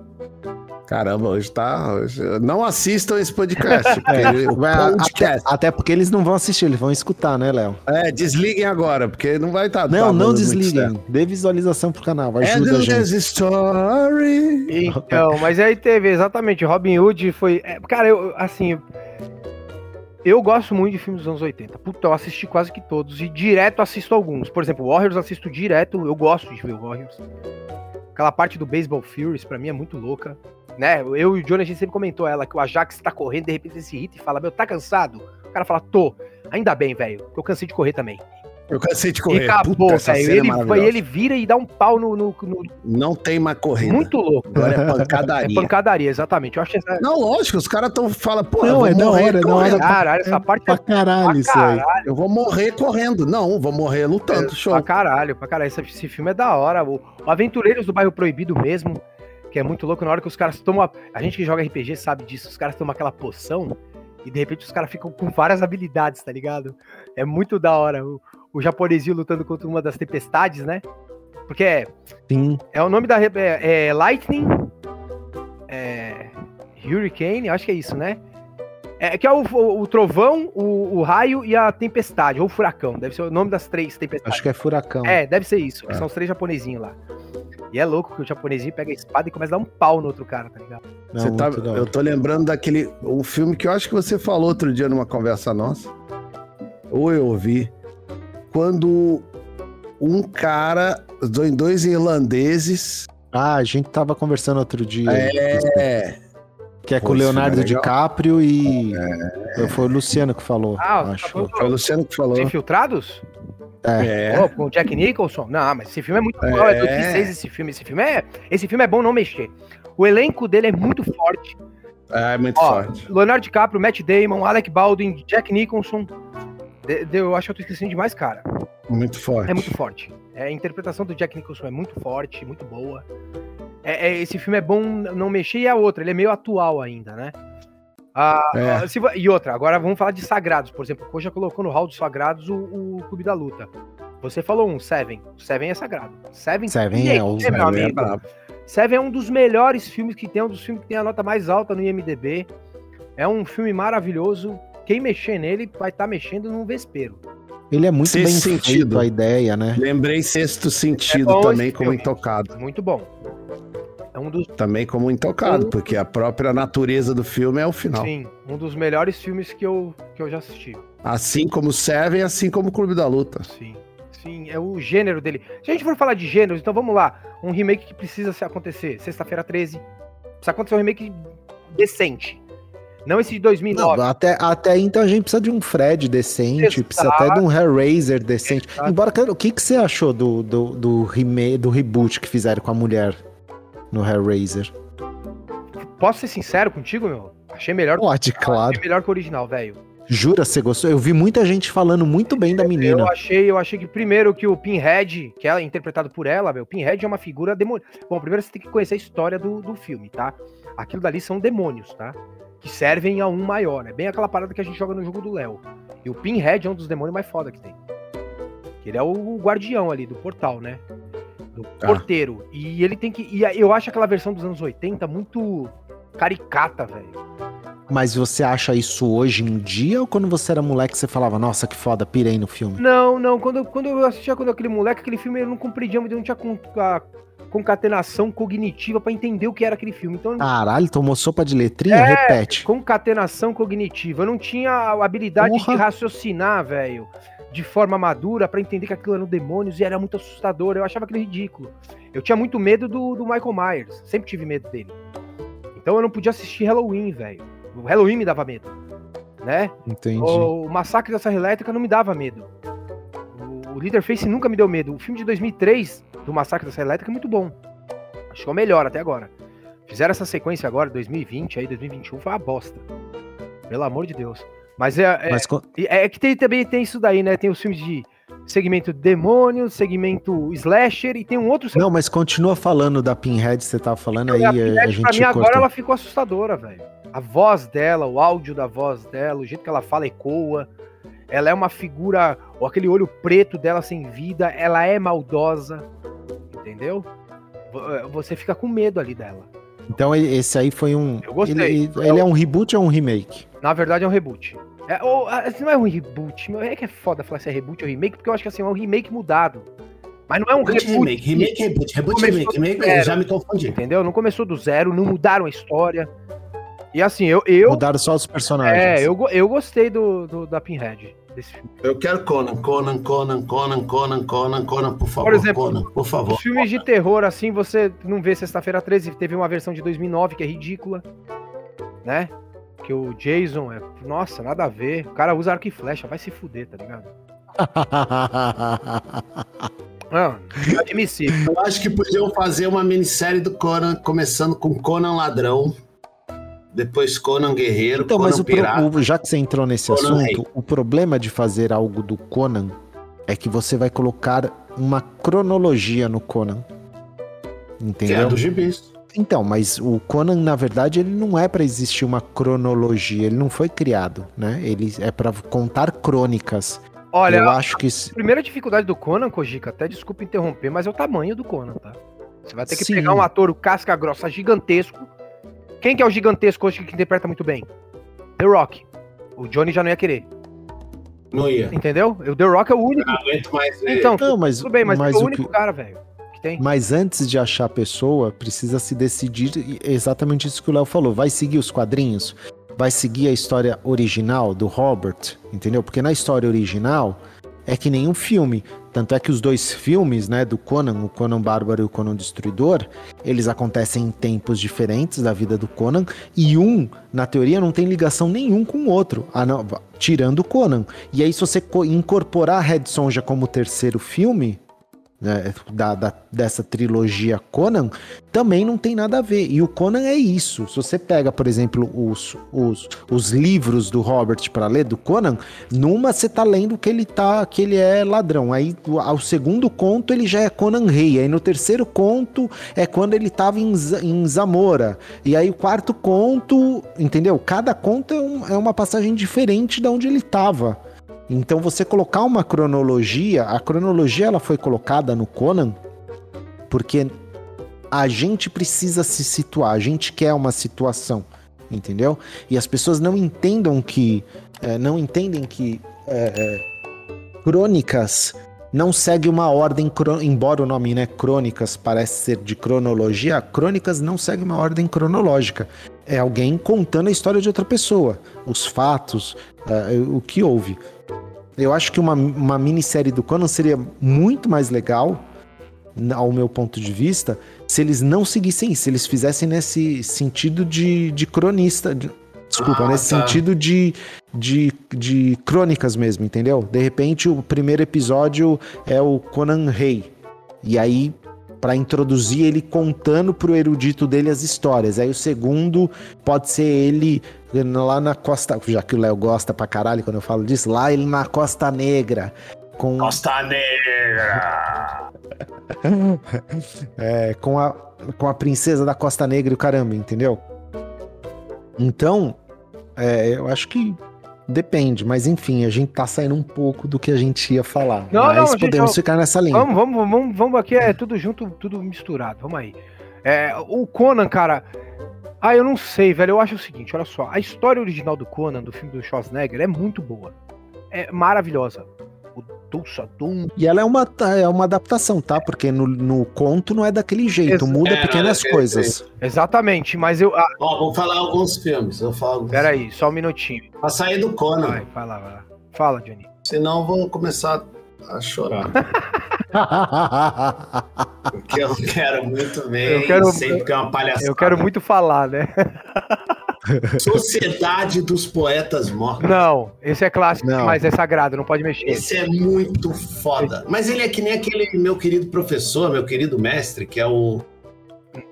S3: Caramba, hoje tá. hoje- Não assistam esse [LAUGHS] podcast. porque
S1: É,
S3: o
S1: vai- a- até,
S3: podcast.
S1: até porque eles não vão assistir, eles vão escutar, né, Léo?
S3: É, desliguem agora, porque não vai tá estar.
S1: Não, não desliguem. Dê visualização pro canal,
S3: É,
S1: ajuda a gente.
S3: Endless Story.
S2: Então, mas aí teve exatamente Robin Hood foi. é, cara, eu assim. eu- Eu gosto muito de filmes dos anos 80. Puta, eu assisti quase que todos e direto assisto alguns. Por exemplo, Warriors eu assisto direto, eu gosto de ver Warriors. Aquela parte do Baseball Furies pra mim é muito louca. Né? Eu e o Johnny, a gente sempre comentou ela que o Ajax tá correndo, de repente ele se irrita e fala: Meu, tá cansado? O cara fala: Tô. Ainda bem, velho, porque eu cansei de correr também.
S3: Eu cansei de
S2: e
S3: correr.
S2: acabou,
S3: Puta, essa
S2: velho.
S3: cena é
S2: Ele,
S3: maravilhosa.
S2: ele vira e dá um pau no. no- no-
S3: Não tem mais corrida.
S2: muito louco.
S3: Agora é
S2: [LAUGHS] É
S3: pancadaria.
S2: pancadaria, exatamente. Eu acho essa,
S3: Não, lógico, os caras tão falam, pô,
S1: Não,
S3: eu vou
S1: é da
S3: morrer
S1: hora, é da
S3: correndo.
S1: hora.
S2: Caralho, essa parte é
S1: Pra caralho, isso aí.
S2: caralho.
S3: Eu vou morrer correndo. Não, vou morrer lutando, show.
S2: pra caralho, pra caralho. Esse, esse filme é da hora. O, o Aventureiros do Bairro Proibido mesmo, que é muito louco. Na hora que os caras tomam. A, a gente que joga RPG sabe disso. Os caras tomam aquela poção e de repente os caras ficam com várias habilidades, tá ligado? É muito da hora. O, o japonesinho lutando contra uma das tempestades, né? Porque é,
S1: Sim.
S2: é o nome da. re- É, é Lightning. É. Hurricane, eu acho que é isso, né? É, que é o, o- o trovão, o, o raio e a tempestade, ou furacão. Deve ser o nome das três tempestades.
S1: Acho que é furacão.
S2: É, deve ser isso. que
S3: É.
S2: São os três japonesinhos lá. E é louco que o japonesinho pega a espada e começa a dar um pau no outro cara, tá ligado?
S1: Não,
S3: Você tá-
S1: muito da hora.
S3: eu tô lembrando daquele um filme que eu acho que você falou outro dia numa conversa nossa. Ou eu ouvi. Quando um cara, dois dois irlandeses,
S1: Ah, a gente tava conversando outro dia.
S3: é,
S1: Que é com
S3: Pô,
S1: o
S3: esse filme é
S1: Leonardo
S3: legal. É.
S1: DiCaprio e. Foi o Luciano que falou.
S2: Ah,
S1: eu
S2: você
S1: acho.
S2: tá falando
S3: foi o Luciano que falou.
S2: dos Infiltrados?
S3: É,
S2: Pô, com o Jack Nicholson? Não, mas esse filme é muito legal. É
S3: É.
S2: 2006 esse filme. Esse filme é, esse filme é bom não mexer. O elenco dele é muito forte.
S3: é, muito
S2: Ó,
S3: forte.
S2: Leonardo DiCaprio, Matt Damon, Alec Baldwin, Jack Nicholson. De- de- eu acho que eu tô esquecendo demais, cara.
S3: Muito forte.
S2: É muito forte. É, a interpretação do Jack Nicholson é muito forte, muito boa. é- é- esse filme é bom não mexer e a outra, ele é meio atual ainda, né? Ah,
S3: É.
S2: ah, se vo- e outra, agora vamos falar de sagrados. Por exemplo, o Coxa colocou no hall dos sagrados o, o Clube da Luta. Você falou um, Seven. Seven é sagrado. Seven,
S1: Seven
S2: E aí, né,
S1: é o-
S2: meu
S1: Seven
S2: amigo? Seven é um dos melhores filmes que tem, um dos filmes que tem a nota mais alta no IMDB. É um filme maravilhoso. Quem mexer nele vai estar mexendo num vespeiro.
S1: Ele é muito
S3: Sexto
S1: bem
S3: Sentido.
S1: feito a ideia, né?
S3: Lembrei Sexto Sentido
S2: É bom
S3: também
S2: esse
S3: como
S2: filme.
S3: intocado.
S2: Muito bom. É um dos,
S3: Também como intocado,
S2: Eu-
S3: porque a própria natureza do filme é o final.
S2: sim, um dos melhores filmes que eu, que eu já assisti.
S3: Assim como Seven, assim como Clube da Luta.
S2: Sim. Sim, é o gênero dele. Se a gente for falar de gêneros, então vamos lá. Um remake que precisa se acontecer. Sexta-feira 13. Precisa acontecer um remake decente. Não esse de
S1: Não,
S2: 2009.
S1: até, até então a gente precisa de um Fred decente,
S2: Exato.
S1: precisa até de um Hellraiser decente.
S2: Exato.
S1: Embora, cara, o que, que você achou do, do, do, reme- do reboot que fizeram com a mulher no Hellraiser?
S2: Posso ser sincero contigo, meu? Achei melhor,
S1: Pode,
S2: achei
S1: claro.
S2: melhor que o original, velho.
S1: Jura, você gostou? Eu vi muita gente falando muito bem da menina.
S2: Eu achei, eu achei que primeiro que o Pinhead, que é interpretado por ela, meu, o Pinhead é uma figura demoníaca. Bom, primeiro você tem que conhecer a história do, do filme, tá? Aquilo dali são demônios, tá? Que servem a um maior, né? Bem aquela parada que a gente joga no jogo do Léo. E o Pinhead é um dos demônios mais foda que tem. Ele é o guardião ali do portal, né? Do porteiro. E ele tem que. E eu acho aquela versão dos anos 80 muito caricata, velho.
S1: Mas você acha isso hoje em dia ou quando você era moleque você falava, nossa, que foda, pirei no filme?
S2: Não, não. Quando, eu- quando eu assistia quando eu aquele moleque, aquele filme eu não compreendia, muito, eu não tinha con- a concatenação cognitiva pra entender o que era aquele filme. Então, eu não-
S1: Caralho, tomou sopa de letrinha?
S2: É,
S1: Repete.
S2: concatenação cognitiva. Eu não tinha a habilidade
S1: Porra.
S2: de raciocinar, velho, de forma madura pra entender que aquilo era demônios e era muito assustador. Eu achava aquilo ridículo. Eu tinha muito medo do, do Michael Myers. Sempre tive medo dele. Então eu não podia assistir Halloween, velho. O Halloween me dava medo, né?
S1: Entendi.
S2: O, o Massacre da Serra Elétrica não me dava medo. O, o Leaderface nunca me deu medo. O filme de 2003 do Massacre da Serra Elétrica é muito bom. Acho que é o melhor até agora. Fizeram essa sequência agora, 2020, aí 2021 foi uma bosta. Pelo amor de Deus. Mas é, é,
S1: Mas co-
S2: e É que tem, também tem isso daí, né? Tem os filmes de segmento demônio, segmento slasher e tem um outro
S1: Não, mas continua falando da Pinhead, você tava falando aí, É,
S2: a
S1: a,
S2: Juliette,
S1: gente
S2: pra mim,
S1: cortou.
S2: agora ela ficou assustadora, velho. A voz dela, o áudio da voz dela, o jeito que ela fala ecoa. Ela é uma figura, ou aquele olho preto dela sem vida, ela é maldosa, entendeu? Vo- eh, Você fica com medo ali dela.
S1: Então e- esse aí foi um.
S2: Eu gostei.
S1: Ele, ele é um reboot ou um remake?
S2: Na verdade, é um reboot. É, ou, ah, assim, não é um reboot, meu, é que é foda falar se é reboot ou remake, porque eu acho que assim, é um remake mudado. Mas não é um
S4: Reboot,
S2: reboot,
S4: remake, remake, reboot, reboot,
S2: Começou
S4: remake, remake,
S2: zero.
S4: eu já me confundi.
S2: entendeu? Não começou do zero, não mudaram a história. E assim, eu, eu
S1: Mudaram só os personagens.
S2: É, eu, go- eu gostei do, do- da Pinhead. Desse filme.
S4: Eu quero Conan, Conan, Conan, Conan, Conan, Conan, Conan, por favor,
S2: Por exemplo,
S4: Conan, por favor.
S2: Os filmes de terror, assim, você não vê Sexta-feira 13, teve uma versão de 2009 que é ridícula, né? Que o Jason é. Nossa, nada a ver. O cara usa arco e flecha, vai se fuder, tá ligado? Ah, Não, é admissível.
S4: Eu acho que podiam fazer uma minissérie do Conan, começando com Conan Ladrão, depois Conan Guerreiro,
S1: [LAUGHS] então,
S4: Conan
S1: mas o pro-
S4: Pirata.
S1: o- já que você entrou nesse
S4: Conan
S1: assunto, o problema de fazer algo do Conan é que você vai colocar uma cronologia no Conan.
S4: Que
S1: Entendeu?
S4: é do gibis.
S1: Então, mas o Conan, na verdade, ele não é pra existir uma cronologia, ele não foi criado, né? Ele é pra contar crônicas.
S2: Olha,
S1: eu
S2: a
S1: acho que isso-
S2: primeira dificuldade do Conan, Kojika, até desculpa interromper, mas é o tamanho do Conan, tá? Você vai ter que
S1: Sim.
S2: pegar um ator casca grossa gigantesco. Quem que é o gigantesco hoje que interpreta muito bem? The Rock. O Johnny já não ia querer.
S4: Não ia.
S2: Entendeu? O The Rock é o único.
S4: Não aguento mais ver.
S2: Então,
S1: Não, mas,
S2: tudo bem, mas,
S1: mas
S2: é o
S1: o
S2: único
S1: que-
S2: cara, velho, que tem.
S1: Mas antes de achar a pessoa, precisa se decidir e- exatamente isso que o Léo falou. Vai seguir os quadrinhos? Vai seguir a história original do Robert? Entendeu? Porque na história original é que nem um filme. Tanto é que os dois filmes, né, do Conan, o Conan Bárbaro e o Conan Destruidor, eles acontecem em tempos diferentes da vida do Conan, e um, na teoria, não tem ligação nenhum com o outro, a não- tirando o Conan. E aí, se você co- incorporar a Red Sonja como terceiro filme, né, da, da- dessa trilogia Conan, também não tem nada a ver. E o Conan é isso. Se você pega, por exemplo, os, os, os livros do Robert para ler, do Conan, numa você tá lendo que ele tá que ele é ladrão. Aí o- ao segundo conto ele já é Conan Rei. Aí no terceiro conto é quando ele tava em, Z- em Zamora. E aí o quarto conto, entendeu? Cada conto é, um- é uma passagem diferente da onde ele tava. Então você colocar uma cronologia, a cronologia ela foi colocada no Conan porque a gente precisa se situar, a gente quer uma situação, entendeu? E as pessoas não entendam que eh, não entendem que eh, eh, crônicas não segue uma ordem, cro- embora o nome, né, crônicas parece ser de cronologia, crônicas não segue uma ordem cronológica. É alguém contando a história de outra pessoa, os fatos, eh, o que houve. Eu acho que uma, uma minissérie do Conan seria muito mais legal, na- ao meu ponto de vista, se eles não seguissem isso, se eles fizessem nesse sentido de, de cronista. de- desculpa,
S3: Ah,
S1: nesse
S3: tá.
S1: sentido de, de, de crônicas mesmo, entendeu? De repente, o primeiro episódio é o Conan Rei. E aí, para introduzir ele contando pro erudito dele as histórias. Aí o segundo pode ser ele lá na Costa, já que o Léo gosta pra caralho quando eu falo disso, lá ele na Costa Negra com
S4: tá,
S3: Costa
S4: né?
S3: Negra!
S1: [LAUGHS] é, com, a, com a princesa da Costa Negra e o caramba, entendeu? Então, é, eu acho que depende, mas enfim, a gente tá saindo um pouco do que a gente ia falar.
S2: Não,
S1: mas
S2: não, gente,
S1: podemos
S2: não.
S1: ficar nessa linha.
S2: Vamos, vamos, vamos, vamos aqui, é tudo junto, tudo misturado, vamos aí. É, o Conan, cara. Ah, eu não sei, velho. Eu acho o seguinte, olha só. A história original do Conan, do filme do Schwarzenegger, é muito boa. É maravilhosa. O Tulsa Doom.
S1: E ela é uma, é uma adaptação, tá? Porque no, no conto não é daquele jeito,
S2: Ex-
S1: muda
S3: É, não é
S1: pequenas
S3: daquele
S1: coisas. [LAUGHS]
S2: Exatamente, mas eu. Ah,
S3: Ó, vou falar alguns filmes. Vou falar alguns.
S2: peraí, só um minutinho.
S3: Pra sair do Conan,
S2: Vai, vai lá, vai lá. Fala, Johnny.
S3: senão eu vou começar a chorar.
S2: Tá.
S3: Porque eu quero muito ver.
S2: Eu quero-
S3: sempre que é uma palhaçada.
S2: Eu quero muito falar, né?
S3: Sociedade dos Poetas Mortos.
S2: Não, esse é clássico,
S1: Não.
S2: mas é sagrado, não pode mexer.
S3: Esse é muito foda. Mas ele é que nem aquele meu querido professor, meu querido mestre, que é o.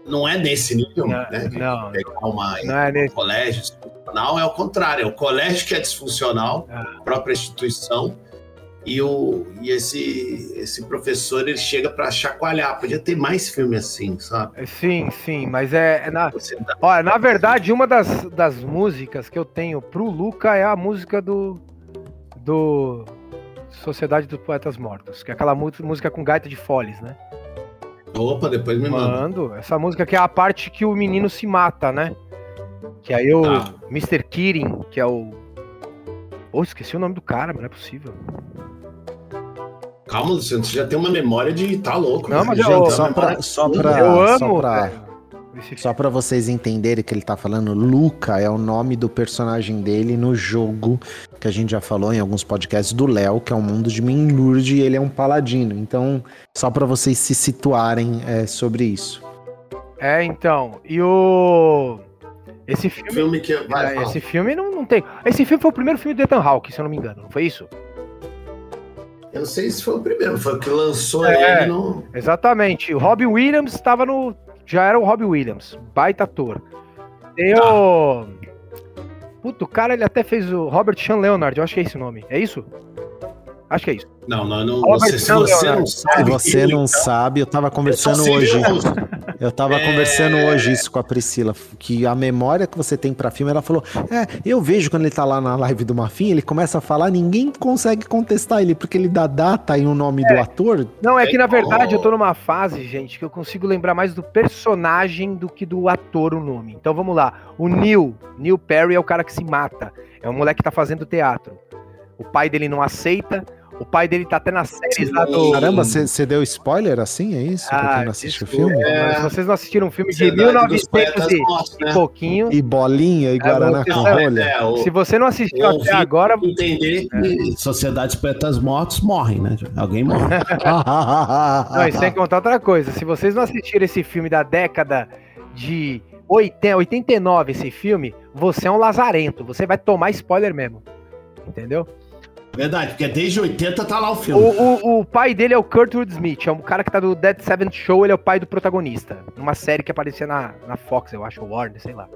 S3: Não é nesse
S1: um
S3: nível,
S2: Não,
S3: né? de
S2: não,
S3: pegar uma
S2: não é nesse.
S3: colégio disfuncional é o contrário, é o colégio que é disfuncional,
S2: Ah.
S3: a própria instituição, e, o, e esse, esse professor ele chega para chacoalhar. Podia ter mais filme assim, sabe?
S2: Sim, sim, mas é, é na,
S3: Você dá-
S2: Olha, na verdade, uma das, das músicas que eu tenho pro Luca é a música do. do. Sociedade dos Poetas Mortos, que é aquela mu- música com gaita de foles, né?
S3: Opa, depois me manda.
S2: Mando, essa música que é a parte que o menino se mata, né? Que aí o
S3: Tá.
S1: Ah.
S2: Mr. Kirin, que é o. Oh, esqueci o nome do cara, mas não é possível.
S3: Calma, Luciano, você já tem uma memória de tá louco.
S2: Não,
S3: né?
S2: mas
S3: Já
S2: eu-
S3: tem uma
S1: só
S3: memória
S1: pra, só
S3: de-
S1: pra,
S2: eu amo.
S1: só pra,
S2: velho, esse
S1: só pra vocês entenderem que ele tá falando, Luca é o nome do personagem dele no jogo que a gente já falou em alguns podcasts do Léo, que é o mundo de Minlurd e ele é um paladino. Então, só pra vocês se situarem é, sobre isso.
S2: É, então. E o. Esse filme.
S3: um filme que vai
S2: Cara,
S3: falar.
S2: É, esse filme não, não tem. Esse filme foi o primeiro filme do Ethan Hawke, se eu não me engano, não foi isso?
S3: Eu não sei se foi o primeiro, foi o que lançou
S2: É.
S3: ele no.
S2: Exatamente. O Robbie Williams estava no. Já era o Robbie Williams. Baita ator. Tem o. Puto, o cara ele até fez o Robert Sean Leonard, eu acho que é esse o nome. É isso? Acho que é isso.
S3: Não, não, não.
S2: Robert
S3: Você, se
S2: Downey,
S3: você
S2: então, Leonardo.
S3: não
S1: Se
S3: sabe.
S1: você não sabe, eu tava conversando hoje. Eu tava
S3: É.
S1: conversando hoje isso com a Priscila, que a memória que você tem pra filme, ela falou: É, eu vejo quando ele tá lá na live do Mafim, ele começa a falar, ninguém consegue contestar ele, porque ele dá data e o nome do ator.
S2: Não, é que na
S3: Tem
S2: verdade eu tô
S3: como-
S2: numa fase, gente, que eu consigo lembrar mais do personagem do que do ator o nome. Então vamos lá. O Neil, Neil Perry é o cara que se mata. É um moleque que tá fazendo teatro. O pai dele não aceita. O pai dele tá até nas séries lá do.
S1: Caramba, você deu spoiler assim? É isso? pra quem não assistiu o
S2: Ah, desculpa, É.
S1: filme?
S2: mas vocês não assistiram um filme de
S3: Sociedade É. dos Poetas
S2: 1900 e
S3: Mortos, né?
S2: pouquinho.
S1: E bolinha e
S2: É,
S1: Guaraná
S2: você
S1: com [LAUGHS]
S2: sabe-
S1: rolha.
S3: é, o-
S2: Se É. você não assistiu
S3: Eu
S2: até
S3: ouvi.
S2: agora,
S3: entender que sociedades poetas mortos morrem, né? Alguém
S2: É.
S3: morre. Ah,
S2: não, é e
S3: tá.
S2: sem contar outra coisa. Se vocês não assistiram esse filme da década de 80, 89, esse filme, você é um lazarento. Você vai tomar spoiler mesmo. Entendeu?
S3: Verdade, porque desde 80 tá lá o
S2: O,
S3: filme.
S2: o- o pai dele é o Kurtwood Smith, é um cara que tá do Dead Seventh Show, ele é o pai do protagonista. Numa série que aparecia na, na Fox, eu acho, ou Warner, sei lá.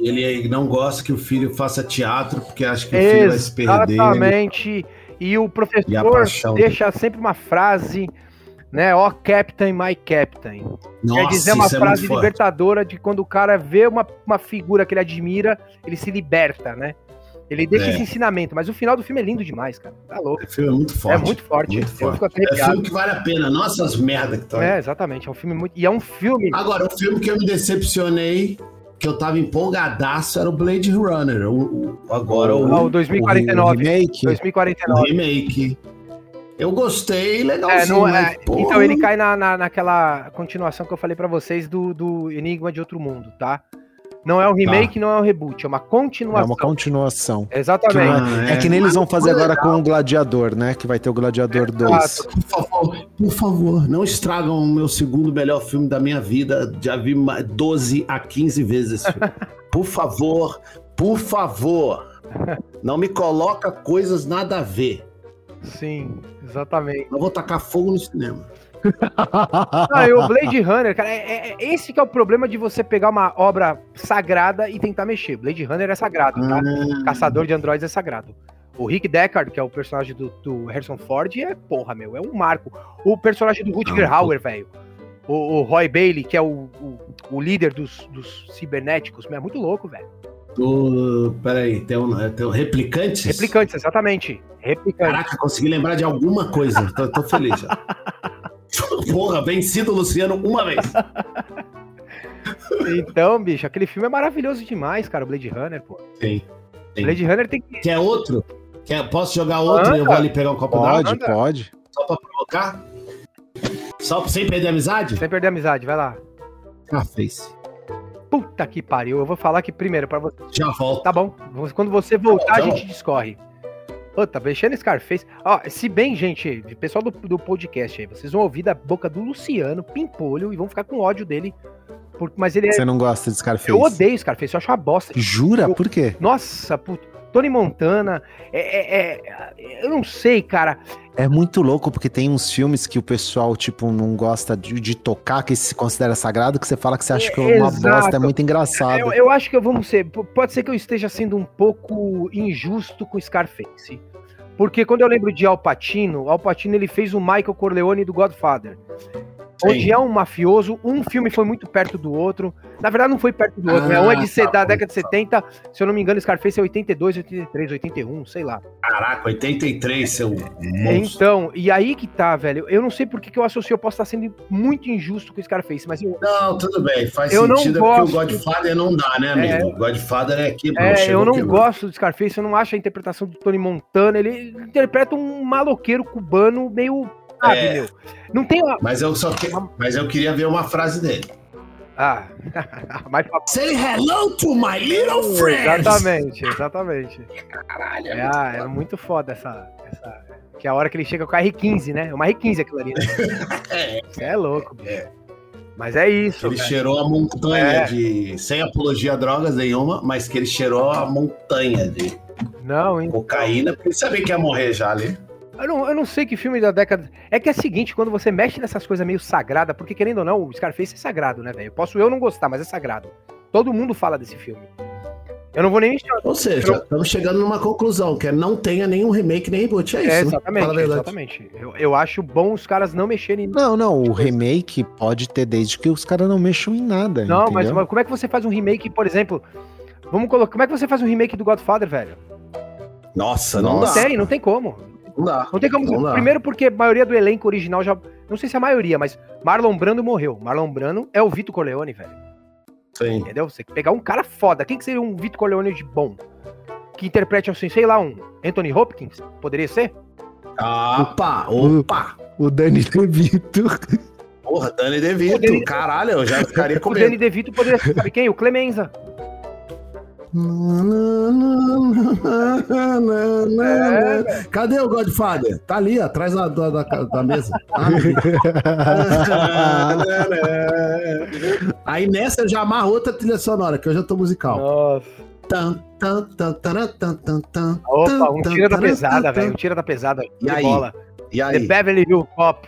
S3: Ele não gosta que o filho faça teatro, porque acha que o filho vai se perder. né?
S2: Exatamente. E o
S3: E a
S2: professor
S3: paixão dele.
S2: deixa sempre uma frase, né? Ó, Captain, my Captain.
S3: Nossa,
S2: Quer dizer uma
S3: isso é muito
S2: frase
S3: forte.
S2: libertadora de quando o cara vê uma, uma figura que ele admira, ele se liberta, né? Ele deixa
S3: É.
S2: esse ensinamento, mas o final do filme é lindo demais, cara. Tá louco.
S3: O filme é muito forte.
S2: é muito forte.
S3: muito
S2: Eu
S3: forte.
S2: fico até
S3: É
S2: arrepiado.
S3: filme que vale a pena. Nossas merda que tá aí.
S2: É, exatamente. É um filme muito. E é um filme.
S3: Agora, o filme que eu me decepcionei, que eu tava empolgadaço, era o Blade Runner. O, o- agora o,
S2: Ah, o
S1: O
S2: 2049.
S1: remake.
S2: 2049.
S3: o remake. Eu gostei, legalzinho.
S2: É, não é.
S3: mas, pô,
S2: Então ele cai na, na, naquela continuação que eu falei pra vocês do, do Enigma de Outro Mundo, tá? Não é um remake, não é um reboot, é uma
S1: É
S2: continuação.
S1: uma continuação.
S2: Exatamente.
S3: Ah,
S1: É que nem eles vão fazer
S3: Mas,
S1: agora com o Gladiador, né? Que vai ter o Gladiador 2.
S2: Exato.
S3: Por favor, por favor, não estragam o meu segundo melhor filme da minha vida. Já vi ma- 12 a 15 vezes
S2: [LAUGHS]
S3: esse filme. Por favor, por favor, não me coloca coisas nada a ver.
S2: Sim, exatamente.
S3: Eu vou tacar fogo no cinema.
S2: Ah, e o Blade Runner, cara, é, é- é esse que é o problema de você pegar uma obra sagrada e tentar mexer. Blade Runner é sagrado, tá?
S3: Ah.
S2: Caçador de Androides é sagrado. O Rick Deckard, que é o personagem do, do Harrison Ford, é porra, meu, é um marco. O personagem do Rutger
S3: Ah,
S2: Hauer, velho. O, o Roy Bailey, que é o, o, o líder dos, dos cibernéticos, meu, é muito louco, velho.
S3: Do, peraí, tem um, é, tem um replicantes?
S2: Replicantes, exatamente. Replicantes.
S3: Caraca, consegui lembrar de alguma coisa. Tô, tô
S2: [LAUGHS]
S3: feliz já. Porra, vencido Luciano uma vez.
S2: Então, bicho, aquele filme é maravilhoso demais, cara, o Blade Runner, pô.
S3: Tem. Sim.
S2: Blade Runner tem que.
S3: Quer outro? Quer, posso jogar outro e eu vou ali pegar um copo
S1: [LAUGHS] Pode,
S3: d'água?
S1: pode.
S3: Só pra provocar? Só pra- sem perder a amizade?
S2: Sem perder a amizade, vai lá.
S3: Já fez.
S2: Puta que pariu, eu vou falar aqui primeiro pra você.
S3: Já volta.
S2: Tá bom, você- quando você voltar, a
S3: Tá bom.
S2: gente discorre. Puta, mexendo Scarface. Ó, se bem, gente, pessoal do, do podcast aí, vocês vão ouvir da boca do Luciano Pimpolho e vão ficar com ódio dele. Por, mas ele é.
S1: Você não gosta de Scarface?
S2: Eu odeio Scarface, eu acho uma bosta.
S1: Jura? Por quê?
S2: Nossa, puto. Tony Montana, é, é- é- Eu não sei, cara.
S1: É muito louco, porque tem uns filmes que o pessoal, tipo, não gosta de, de tocar, que se considera sagrado, que você fala que você acha que é uma
S2: Exato.
S1: bosta, é muito engraçado.
S2: Eu, eu acho que eu vamos ser. p- Pode ser que eu esteja sendo um pouco injusto com Scarface. Porque quando eu lembro de Al Pacino, Al Pacino ele fez o Michael Corleone do Godfather. Onde é um mafioso, um filme foi muito perto do outro. Na verdade, não foi perto do outro, né? Um é de,
S3: Ah,
S2: se-
S3: tá
S2: da
S3: bom,
S2: década de 70, se eu não me engano, Scarface é 82, 83, 81, sei lá.
S3: Caraca, 83, seu monstro.
S2: Então, e aí que tá, velho. Eu não sei por que que eu associo, eu posso estar sendo muito injusto com Scarface, mas eu
S3: Não, tudo bem, faz
S2: Eu não
S3: sentido, é porque o
S2: gosto.
S3: Godfather não dá, né,
S2: É.
S3: amigo? O Godfather é aqui,
S2: É,
S3: chegou
S2: eu não
S3: quebrando.
S2: gosto do Scarface, eu não acho a interpretação do Tony Montana. Ele interpreta um maloqueiro cubano meio. Sabe,
S3: É.
S2: meu? Não tem. uma-
S3: Mas eu só que... Mas eu queria ver uma frase dele.
S2: Ah, [LAUGHS] mais pra...
S3: Say hello to my little friends!
S2: Exatamente, exatamente.
S3: Caralho,
S2: É, ah, é muito foda essa, essa. Que é a hora que ele chega com a R15, né? É uma R15 aquilo ali, né?
S3: [LAUGHS] É.
S2: Você é louco, bicho.
S3: É.
S2: Mas é isso.
S3: Ele
S2: velho.
S3: cheirou a montanha
S2: É.
S3: de. Sem apologia a drogas nenhuma, mas que ele cheirou a montanha de
S2: Não, hein?
S3: cocaína, porque ele sabia que ia morrer já ali.
S2: Eu não, eu não sei que filme da década. É que é o seguinte, quando você mexe nessas coisas meio sagrada, porque querendo ou não, o Scarface é sagrado, né, velho? Posso eu não gostar, mas é sagrado. Todo mundo fala desse filme. Eu não vou nem mencionar.
S3: Ou seja, estamos chegando numa conclusão, que é não tenha nenhum remake, nem reboot. É isso.
S2: É,
S3: né? Fala a
S2: exatamente,
S3: verdade.
S2: exatamente. Eu, eu acho bom os caras não mexerem.
S1: Não, não, o remake pode ter desde que os caras não mexam em nada.
S2: Não, mas
S1: entendeu? [LAUGHS]
S2: mas como é que você faz um remake, por exemplo? Vamos colocar. Como é que você faz um remake do Godfather, velho?
S3: Nossa, não
S2: Não
S1: Nossa.
S3: dá.
S2: tem, não tem como.
S3: Não dá.
S2: Não tem como.
S3: Não dá.
S2: Primeiro porque a maioria do elenco original já. Não sei se é a maioria, mas Marlon Brando morreu. Marlon Brando é o Vito Corleone, velho.
S3: Sim.
S2: Entendeu? Você pegar um cara foda. Quem que seria um Vitor Corleone de bom? Que interprete assim, sei lá, um Anthony Hopkins? Poderia ser?
S3: Opa, opa.
S1: O Dani [LAUGHS] DeVito.
S3: Porra, Dani DeVito.
S2: O Danny-
S3: Caralho, eu já ficaria com
S2: O
S3: medo.
S2: Danny DeVito poderia ser, sabe quem? O Clemenza. É,
S3: Cadê o Godfather? Tá ali, atrás da, da, da- da mesa. Ah, Aí nessa eu já amarro outra trilha sonora, que eu já tô musical.
S2: Nossa.
S3: Tan, tan, tan, taran, tan, tan, tan,
S2: Opa,
S3: tan,
S2: um
S3: tan,
S2: tira da
S3: taran,
S2: pesada,
S3: tan,
S2: velho. Um
S3: tan.
S2: tira da pesada.
S3: E
S2: de
S3: aí?
S2: bola.
S3: E
S2: The
S3: aí?
S2: Beverly Hill Cop.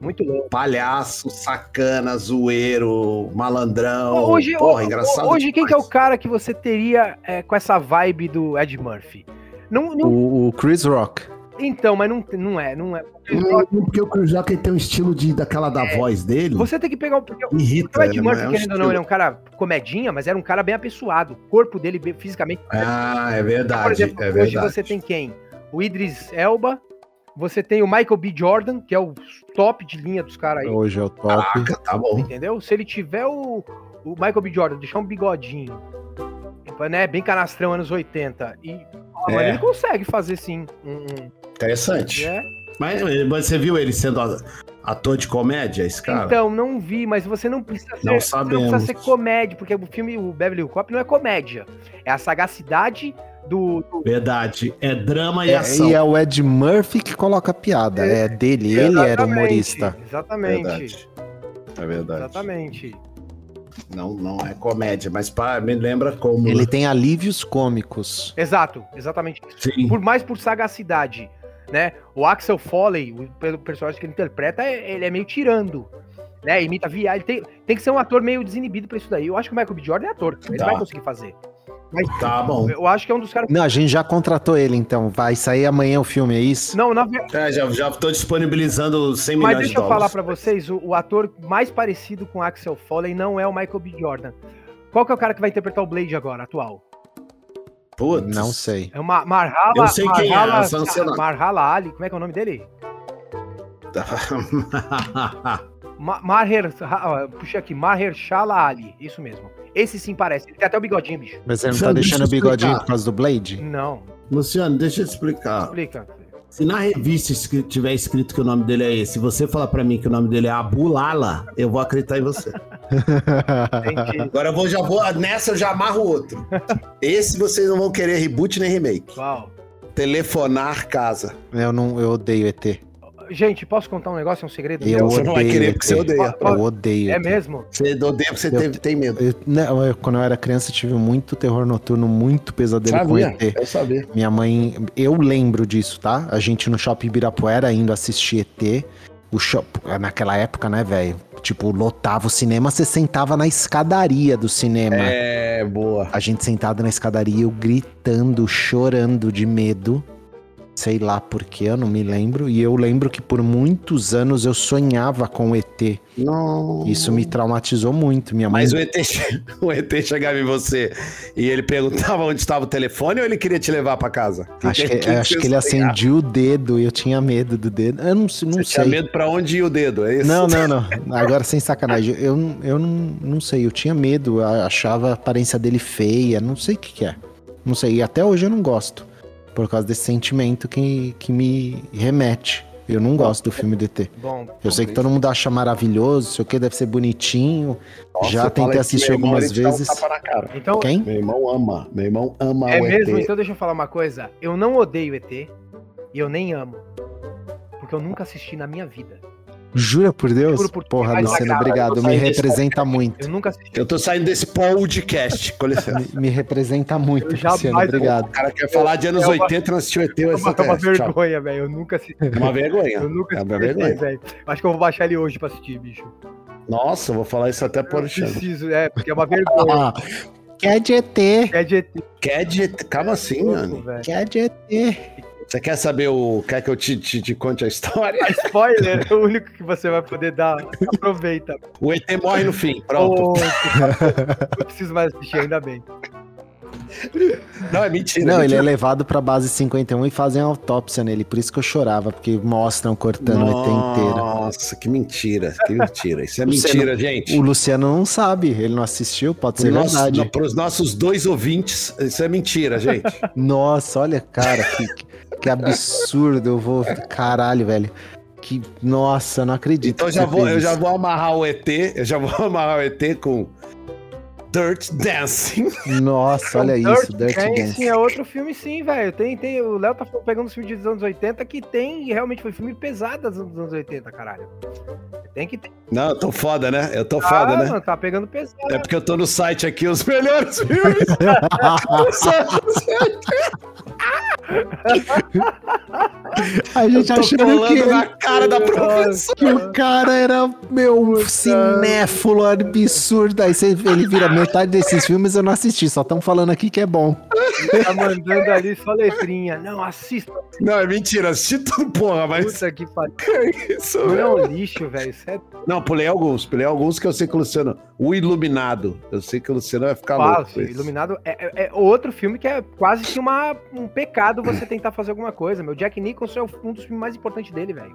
S2: Muito louco.
S3: Palhaço, sacana, zoeiro, malandrão.
S2: Hoje,
S3: porra,
S2: ho-
S3: engraçado.
S2: hoje quem que é
S3: demais.
S2: o cara que você teria é, com essa vibe do Ed Murphy? Não, não-
S1: O, o Chris Rock.
S2: então, mas não, não é, não é.
S3: Não, não, porque o Chris Rock ele tem um estilo de, daquela da voz dele.
S2: Você tem que pegar o. Porque o
S3: irrita.
S2: Ed
S3: né?
S2: Murphy,
S3: É um
S2: querendo ou não,
S3: estilo.
S2: ele é um cara comedinha, mas era um cara bem apessoado. O corpo dele bem- fisicamente.
S3: Ah, é
S2: um Por
S3: verdade.
S2: exemplo,
S3: é
S2: hoje
S3: verdade.
S2: você tem quem? O Idris Elba, você tem o Michael B. Jordan, que é o top de linha dos caras aí.
S1: Hoje é o top.
S3: Caraca, tá bom.
S2: Entendeu? Se ele tiver o, o Michael B. Jordan, deixar um bigodinho, né? Bem canastrão anos 80. E ah, mas
S3: É.
S2: ele consegue fazer sim. um- um-
S3: Interessante.
S2: né?
S3: Mas, mas você viu ele sendo a- ator de comédia, esse cara?
S2: Então, não vi, mas você não precisa ser,
S3: Não
S2: você não precisa
S3: sabemos.
S2: ser comédia, porque o filme, o Beverly Hills Cop, não é comédia. É a sagacidade do. do-
S3: Verdade. É drama e
S1: É,
S3: ação.
S1: e é o Ed Murphy que coloca a piada. É dele, ele era
S2: Exatamente,
S1: humorista.
S2: Exatamente.
S3: É verdade.
S2: Exatamente.
S3: Não, não é comédia, mas pá, me lembra como.
S1: Ele
S3: né?
S1: tem alívios cômicos.
S2: Exato, exatamente isso.
S3: Sim.
S2: por mais por sagacidade, né? O Axel Foley, o pelo personagem que ele interpreta, é- ele é meio tirando, né? Imita viagem. Tem, tem que ser um ator meio desinibido pra isso daí. Eu acho que o Michael B. Jordan é ator, ele
S3: Tá.
S2: vai conseguir fazer.
S3: Tá bom.
S2: Eu acho que é um dos caras.
S1: Não, a gente já contratou ele, então. Vai sair amanhã o filme, é isso?
S2: Não, na verdade.
S3: É, já, já tô disponibilizando 100
S2: Mas
S3: milhões de
S2: deixa eu
S3: dólares.
S2: falar pra vocês, o, o ator mais parecido com o Axel Foley não é o Michael B. Jordan. Qual que é o cara que vai interpretar o Blade agora, atual?
S3: Putz.
S1: Não sei.
S2: É o Ma- Marhala,
S3: Eu sei quem é,
S2: Marhala,
S3: só não sei o nome.
S2: Marhala Ali, como é que é o nome dele? Ma Maher, ah, puxa aqui, Mahershala Ali, isso mesmo. Esse sim parece, ele tem até o bigodinho, bicho.
S1: Mas ele não tá
S3: Sandro,
S1: deixando o
S3: deixa eu
S1: bigodinho
S3: explicar.
S1: por causa do Blade?
S2: Não,
S3: [LAUGHS] Luciano, deixa eu explicar.
S2: explica.
S3: Se na revista escri- tiver escrito que o nome dele é esse, se você falar pra mim que o nome dele é Abulala, eu vou acreditar em você. [LAUGHS]
S2: Entendi.
S3: Agora eu vou, já vou. Nessa eu já amarro outro. Esse vocês não vão querer reboot nem remake.
S2: Uau.
S3: Telefonar casa.
S1: [LAUGHS] Eu, não, eu odeio ET.
S2: Gente, posso contar um negócio, um segredo?
S1: Eu
S2: meu?
S3: Você não vai
S1: odeio
S3: querer
S1: ET.
S3: porque você odeia.
S1: Eu odeio.
S2: É
S1: ET.
S2: mesmo?
S3: Você odeia porque você
S1: Eu-
S3: teve- tem medo.
S1: Eu- não, eu- quando eu era criança, eu tive muito terror noturno, muito pesadelo com
S3: Sabia,
S1: ET.
S3: eu sabia.
S1: Minha mãe, eu lembro disso, tá? A gente no shopping Ibirapuera indo assistir ET. O shop, naquela época, né, velho? Tipo, lotava o cinema, você sentava na escadaria do cinema.
S3: É, boa.
S1: A gente sentado na escadaria, eu gritando, chorando de medo. Sei lá porquê, eu não me lembro. E eu lembro que por muitos anos eu sonhava com ET.
S3: Não.
S1: Isso me traumatizou muito, minha mãe.
S3: Mas o ET, che- [LAUGHS] o ET chegava em você e ele perguntava onde estava o telefone ou ele queria te levar pra casa?
S1: Acho que,
S3: O é
S1: acho que ele
S3: você sonhava?
S1: acendia o dedo e eu tinha medo do dedo. Eu não, se- não
S3: Você tinha
S1: sei.
S3: medo pra onde ia o dedo, é isso?
S1: Não, [LAUGHS] não, não. Agora, sem sacanagem. Eu, eu não, não sei. Eu tinha medo. a- Achava a aparência dele feia. Não sei o que, que é. Não sei. E até hoje eu não gosto. Por causa desse sentimento que, que me remete. Eu não gosto do filme DT.
S2: Bom,
S1: Eu sei que todo mundo acha maravilhoso. Sei o que deve ser bonitinho.
S3: Nossa,
S1: Já
S3: fala
S1: tentei
S3: isso, meu
S1: assistir
S3: irmão,
S1: algumas
S3: ele te dá um
S1: vezes.
S3: tapa na cara.
S2: então
S1: Quem?
S3: Meu irmão ama, meu irmão ama
S2: é
S3: o
S2: mesmo?
S3: ET.
S2: Então deixa eu falar uma coisa. Eu não odeio ET e eu nem amo. Porque eu nunca assisti na minha vida.
S1: Jura por Deus?
S2: Juro por tudo,
S1: Porra,
S2: vai
S1: Luciano,
S2: sacar,
S1: obrigado. Me
S3: eu saí desse
S1: representa muito.
S2: Eu nunca assisti.
S3: Eu tô saindo desse podcast, com licença.
S1: Me, me representa muito,
S2: Eu jamais
S1: Luciano.
S2: vou-
S1: Obrigado.
S3: O cara quer falar de anos
S2: É uma-
S3: 80 e não assistiu ET,
S2: É
S3: ou
S2: uma, é uma
S3: extraterrestre. Tchau.
S2: vergonha, velho. Eu nunca assisti.
S3: É uma vergonha.
S2: Eu nunca
S3: É uma
S2: assisti,
S3: vergonha.
S2: velho. Acho que eu vou baixar ele hoje pra assistir, bicho.
S3: Nossa, eu vou falar isso até
S2: Eu
S3: por chão.
S2: preciso, é, porque é uma vergonha.
S1: Ah, quer de ET.
S2: É de ET,
S3: Quer de ET? Calma assim, mano.
S2: velho.
S1: Quer é de ET.
S3: Você quer saber o. Quer que eu te, te, te conte a história? [LAUGHS]
S2: Spoiler é o único que você vai poder dar. Aproveita.
S3: O ET morre no fim. Pronto.
S2: Ô, não preciso mais assistir, ainda bem.
S3: Não, é mentira.
S1: Não, ele é
S3: mentira.
S1: levado pra base 51 e fazem autópsia nele. Por isso que eu chorava, porque mostram cortando o ET inteiro.
S3: Nossa, que mentira. Que mentira. Isso é
S1: Você
S3: mentira, gente.
S1: O Luciano não sabe, ele não assistiu, pode ser verdade.
S3: Para os nossos dois ouvintes, isso é
S1: [LAUGHS]
S3: mentira, gente.
S1: Nossa, olha, cara, que, que- que absurdo. Eu vou. Caralho, velho. Que. Nossa, não acredito.
S3: Então
S1: que você
S3: já vou,
S1: fez
S3: eu já
S1: isso.
S3: [LAUGHS] vou amarrar o ET, eu já vou amarrar o ET com Dirt Dancing.
S1: Nossa,
S3: É
S1: olha
S3: um
S1: isso, Dirty Dancing.
S2: Então, Dancing é outro filme, sim, velho. Tem, tem, o Léo tá pegando os filmes dos anos 80 que tem, e realmente foi filme pesado dos anos 80, caralho. Tem que ter.
S3: Não, eu tô foda, né? Eu tô foda, né?
S2: mano, tá pegando pesado.
S3: É porque eu tô no site aqui,
S2: [LAUGHS]
S3: os melhores filmes. Eu só-
S1: A gente
S3: eu tô
S1: achando que,
S2: é?
S3: colando
S1: ele-
S3: na cara
S2: Tá
S3: da professora.
S1: que o cara era, meu, um cinéfilo absurdo. Aí você- ele vira metade desses filmes eu não assisti, só estão falando aqui que é bom.
S2: Tá mandando ali só letrinha. Não, assista,
S3: Não, é mentira, assisti tudo, porra, mas
S2: puta que pariu.
S3: isso,
S2: Não
S3: velho.
S2: é um lixo, velho. Isso é
S3: Não, pulei alguns, pulei alguns que eu sei que o Luciano. O Iluminado. Eu sei que o Luciano vai ficar Tá louco.
S2: Fácil,
S3: com isso.
S2: Iluminado é, é- é outro filme que é quase que uma, um pecado você tentar fazer alguma coisa. Meu Jack Nicholson é um dos filmes mais importantes dele, velho.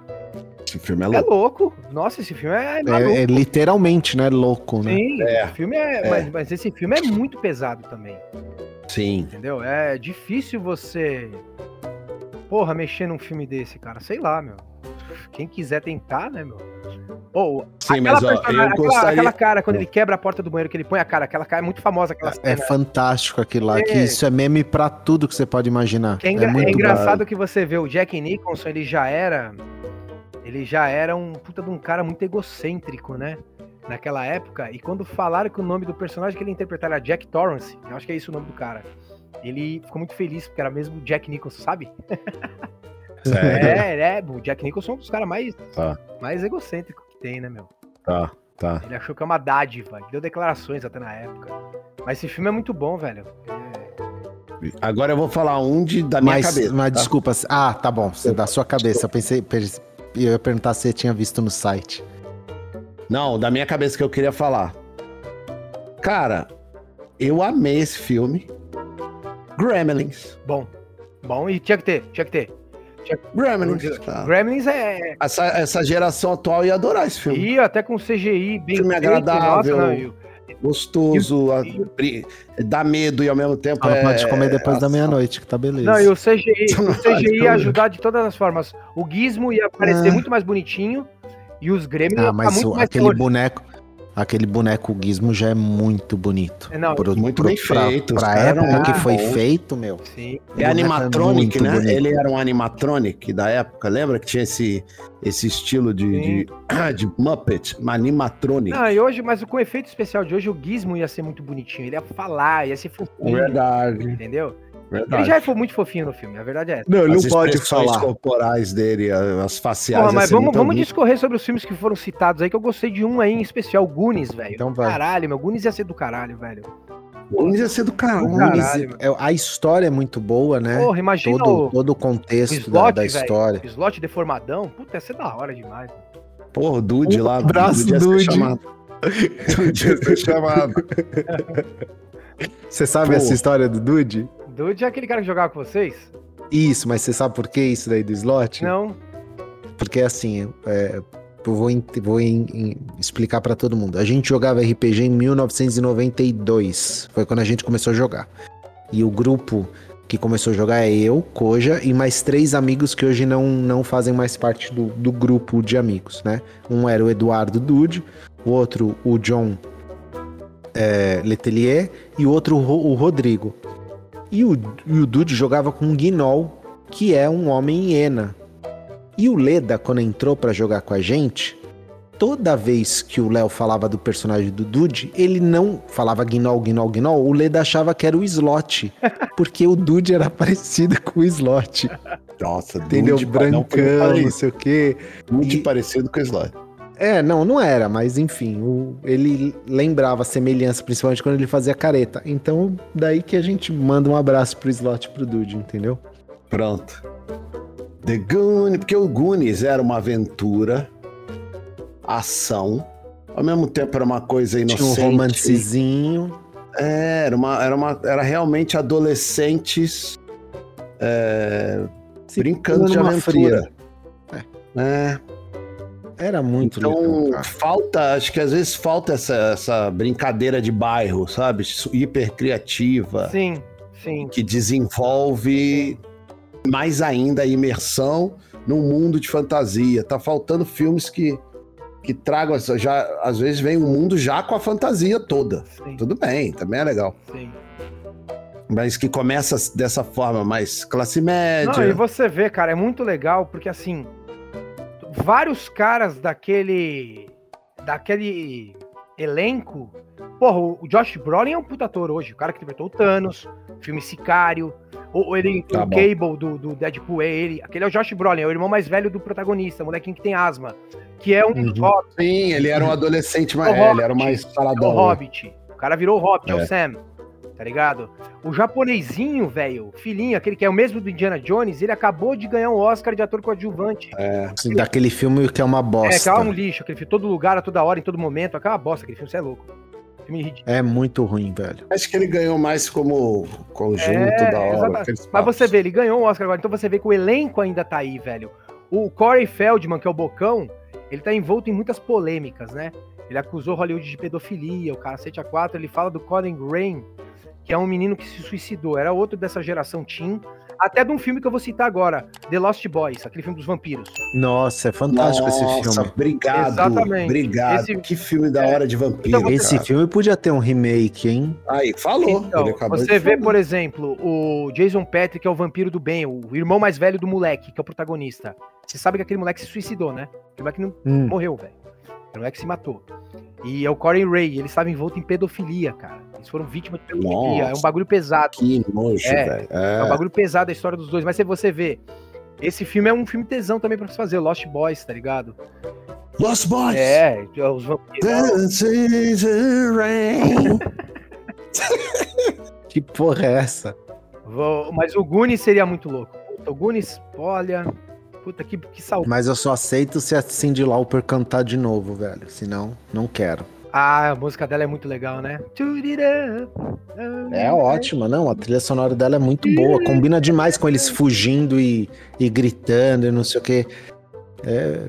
S3: Esse filme é
S2: É
S3: Tá louco.
S2: louco. Nossa, esse filme é maluco.
S1: É, é literalmente, né? Louco, né?
S2: Sim,
S3: É.
S2: o filme é,
S3: É.
S2: Mas, mas esse filme é muito pesado também,
S3: Sim.
S2: entendeu? É difícil você, porra, mexer num filme desse, cara. Sei lá, meu. Quem quiser tentar, né, meu? Ou
S3: Sim,
S2: aquela,
S3: mas ó,
S2: persona-
S3: eu
S2: aquela-
S3: gostaria. Hum.
S2: aquela cara, quando ele quebra a porta do banheiro, que ele põe a cara, aquela cara é muito famosa, aquela
S1: É
S2: cena.
S1: fantástico aquilo lá,
S2: É.
S1: que isso é meme pra tudo que você pode imaginar.
S2: É,
S1: É,
S2: engra- é
S1: muito bom.
S2: engraçado que você vê o Jack Nicholson, ele já era. Ele já era um puta de um cara muito egocêntrico, né? Naquela época. E quando falaram que o nome do personagem que ele interpretava era Jack Torrance, eu acho que é isso o nome do cara. Ele ficou muito feliz, porque era mesmo o Jack Nicholson, sabe?
S3: Sério,
S2: É, é, o Jack Nicholson é um dos caras mais,
S3: Tá.
S2: mais egocêntricos que tem, né, meu?
S3: Tá, tá.
S2: Ele achou que é uma dádiva, ele deu declarações até na época. Mas esse filme é muito bom, velho.
S3: Agora eu vou falar um de, da minha
S1: Mas,
S3: cabeça.
S1: mas
S3: tá?
S1: desculpa, ah, tá bom, você da sua cabeça. Eu pensei, per- eu ia perguntar se você tinha visto no site.
S3: Não, da minha cabeça que eu queria falar. Cara, eu amei esse filme. Gremlins.
S2: Bom. Bom, e tinha que ter, tinha que ter.
S3: Gremlins. tá?
S2: Gremlins é,
S3: Essa, essa geração atual ia adorar esse filme.
S2: E até com CGI bem
S3: Filme
S2: feito,
S3: agradável.
S2: nossa, não, e o-
S3: Gostoso, a- bri- dá medo e ao mesmo tempo.
S1: Só não
S3: é-
S1: pode comer depois da
S3: ação.
S1: meia-noite, que tá beleza.
S2: Não, e o CGI, o CGI ia
S3: Não,
S2: ajudar de todas as formas. O Gizmo ia aparecer
S1: Ah.
S2: muito mais bonitinho e os Grêmios
S1: Ah,
S2: iam ficar
S1: mas
S2: muito
S1: o-
S2: mais
S1: aquele
S2: flores.
S1: boneco, aquele boneco gizmo já é muito bonito.
S2: É, Não,
S1: Pro-
S3: muito bem feito, os
S1: Pra, pra
S3: caras eram
S1: época que
S2: muito
S1: foi
S3: bons.
S1: feito, meu.
S2: sim.
S1: o
S3: É
S1: boneco
S3: animatronic,
S1: muito
S3: né?
S1: bonito.
S3: Ele era um animatronic da época. Lembra que tinha esse, esse estilo de, de, [COUGHS] de Muppet? Uma animatronic.
S2: Não, e hoje, mas com o efeito especial de hoje, o Gizmo ia ser muito bonitinho. Ele ia falar, ia ser fofinho,
S3: É Verdade,
S2: entendeu? Ele
S3: verdade.
S2: já foi muito fofinho no filme, a verdade é essa.
S1: Não, ele
S3: As
S1: não pode
S3: expressões
S1: falar.
S3: corporais dele, as faciais.
S2: Porra, mas
S3: assim,
S2: vamos,
S3: muito
S2: vamos
S3: bonito.
S2: discorrer sobre os filmes que foram citados aí, que eu gostei de um aí em especial, Goonies, velho.
S1: Então vai.
S2: Caralho, meu, Goonies ia ser do caralho, velho.
S3: Goonies ia ser do
S1: O
S3: caralho.
S1: Goonies,
S2: Caralho, mano.
S1: é- a história é muito boa, né?
S2: Porra, imagina
S1: todo,
S2: o-
S1: todo o
S2: O
S1: contexto da,
S2: slot,
S1: da
S2: velho,
S1: história.
S2: o slot deformadão, puta, ia ser da hora demais.
S3: Porra, o
S2: um
S3: Dude lá.
S1: abraço,
S3: ia ser
S1: Dude.
S3: chamado. [LAUGHS] Dude ia ser chamado.
S2: [LAUGHS]
S1: Você sabe
S3: Pô.
S1: essa história do Dude?
S2: Dude é aquele cara que jogava com vocês?
S1: Isso, mas você sabe por que isso daí do slot?
S2: Não.
S1: Porque assim, é, eu vou, em- vou em- em explicar pra todo mundo. A gente jogava RPG em 1992, foi quando a gente começou a jogar. E o grupo que começou a jogar é eu, Koja e mais três amigos que hoje não, não fazem mais parte do, do grupo de amigos, né? Um era o Eduardo Dude, o outro o John é, Letelier e o outro o Ro- o Rodrigo. E o, e o Dude jogava com o Guinol, que é um homem hiena. E o Leda, quando entrou pra jogar com a gente, toda vez que o Léo falava do personagem do Dude, ele não falava Guinol, Guinol, Guinol, o Leda achava que era o Slot, porque o Dude era parecido com o Slot,
S3: Nossa,
S1: entendeu?
S3: Dude,
S1: Brancão,
S3: não,
S1: não sei o quê.
S3: Muito
S1: E-
S3: parecido com o Slot.
S1: É, não, não era, mas enfim, o- ele lembrava a semelhança, principalmente quando ele fazia careta. Então, daí que a gente manda um abraço pro Slot e pro Dude, entendeu?
S3: Pronto. The Goonies, porque o Goonies era uma aventura, ação, ao mesmo tempo era uma coisa inocente.
S1: Tinha um romancezinho.
S3: É, era, uma, era, uma, era realmente adolescentes é,
S1: se
S3: brincando de
S1: numa
S3: aventura. É,
S1: Era muito
S3: então
S1: legal, cara.
S3: falta, acho que às vezes falta essa, essa brincadeira de bairro, sabe? Su- Hiper criativa,
S2: Sim, sim.
S3: que desenvolve mais ainda a imersão num mundo de fantasia. Tá faltando filmes que que tragam essa- já às vezes vem o mundo já com a fantasia toda.
S2: Sim,
S3: Tudo bem, também é legal.
S2: sim.
S3: Mas que começa dessa forma mais classe
S2: Não, e
S3: média.
S2: você vê, cara, é muito legal, porque assim, vários caras daquele. daquele elenco. Porra, o Josh Brolin é um puta ator hoje, o cara que interpretou o Thanos, filme Sicário, o, o ele,
S3: Tá
S2: o
S3: bom.
S2: Cable do, do Deadpool é ele. Aquele é o Josh Brolin, é o irmão mais velho do protagonista, molequinho que tem asma, que é um dos
S1: Uhum.
S2: Hobbits,
S3: Sim, ele era um adolescente, mas
S2: O
S3: é, ele era o
S2: Hobbit.
S3: mais
S2: é o
S3: saladão. né?
S2: Hobbit. O cara virou o Hobbit, é,
S3: É.
S2: o Sam, tá ligado? O japonesinho, velho, filhinho, aquele que é o mesmo do Indiana Jones, ele acabou de ganhar um Oscar de ator coadjuvante.
S1: Assim, daquele filme que é uma bosta.
S2: É, que é um lixo, aquele filme, todo lugar, a toda hora, em todo momento, aquela bosta, aquele filme, você é louco. Filme ridículo.
S1: É muito ruim, velho.
S3: Acho que ele ganhou mais como conjunto
S2: É,
S3: da hora.
S2: exatamente.
S3: aqueles
S2: Mas
S3: papos.
S2: você vê, ele ganhou um Oscar agora, então você vê que o elenco ainda tá aí, velho. O Corey Feldman, que é o Bocão, ele tá envolto em muitas polêmicas, né? Ele acusou Hollywood de pedofilia, o cacete a quatro, ele fala do Colin Graham, que é um menino que se suicidou, era outro dessa geração teen, até de um filme que eu vou citar agora, The Lost Boys, aquele filme dos vampiros.
S1: Nossa, é
S3: Nossa,
S1: fantástico esse filme.
S3: obrigado.
S2: Exatamente.
S3: Obrigado.
S2: Esse-
S3: Que filme da
S2: É.
S3: hora de vampiro.
S2: Então,
S1: Esse
S3: cara.
S1: filme podia ter um remake, hein?
S3: Aí, falou.
S2: Então,
S3: Ele acabou
S2: você
S3: de
S2: vê,
S3: falar.
S2: por exemplo, o Jason Patrick que é o vampiro do bem, o irmão mais velho do moleque, que é o protagonista. Você sabe que aquele moleque se suicidou, né? Aquele moleque não
S1: Hum.
S2: morreu, velho. Aquele moleque se matou. E é o Corey Ray, eles estavam envolto em pedofilia, cara. Eles foram vítimas de pedofilia.
S3: Nossa.
S2: É um bagulho pesado.
S3: Que nojo,
S2: É.
S3: velho.
S2: É.
S3: É.
S2: um bagulho pesado a história dos dois. Mas se você vê, esse filme é um filme tesão também pra você fazer, Lost Boys, tá ligado?
S3: Lost Boys.
S2: É, os vampiros.
S3: Dance in the rain.
S1: Que porra é essa?
S2: Vou- Mas o Goonies seria muito louco. Puta, o Goonies, olha. Puta, que, que saudade.
S1: Mas eu só aceito se a Cindy Lauper cantar de novo, velho. Senão, não quero.
S2: Ah, a música dela é muito legal, né? Toot it up.
S1: É ótima, não. A trilha sonora dela é muito boa. Combina demais com eles fugindo e, e gritando e não sei o quê. É,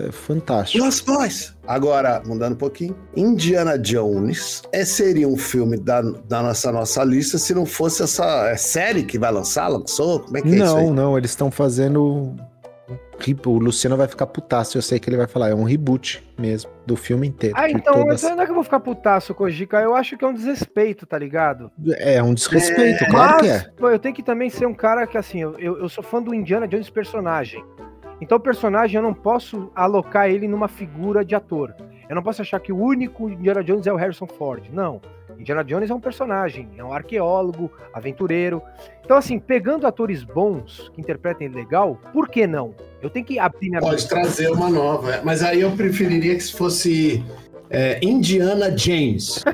S1: é fantástico.
S3: [LAUGHS] Lost Boys. Agora, mudando um pouquinho. Indiana Jones é, seria um filme da, da nossa, nossa lista se não fosse essa é série que vai lançar, lançou? Como é que é isso aí?
S1: Não, não, eles estão fazendo. re- O Luciano vai ficar putaço, eu sei que ele vai falar. É um reboot mesmo, do filme inteiro.
S2: Ah,
S1: de
S2: então,
S1: todas.
S2: então não é que eu vou ficar putaço, Kojika. Eu acho que é um desrespeito, tá ligado?
S1: É um desrespeito, claro que é.
S2: pô, eu tenho que também ser um cara que, assim, eu, eu eu sou fã do Indiana Jones personagem. Então, o personagem, eu não posso alocar ele numa figura de ator. Eu não posso achar que o único Indiana Jones é o Harrison Ford. Não. Indiana Jones é um personagem, é um arqueólogo, aventureiro. Então, assim, pegando atores bons que interpretem legal, por que não? Eu tenho que abrir minha
S4: Pode trazer uma nova. é. Mas aí eu preferiria que se fosse é, Indiana James,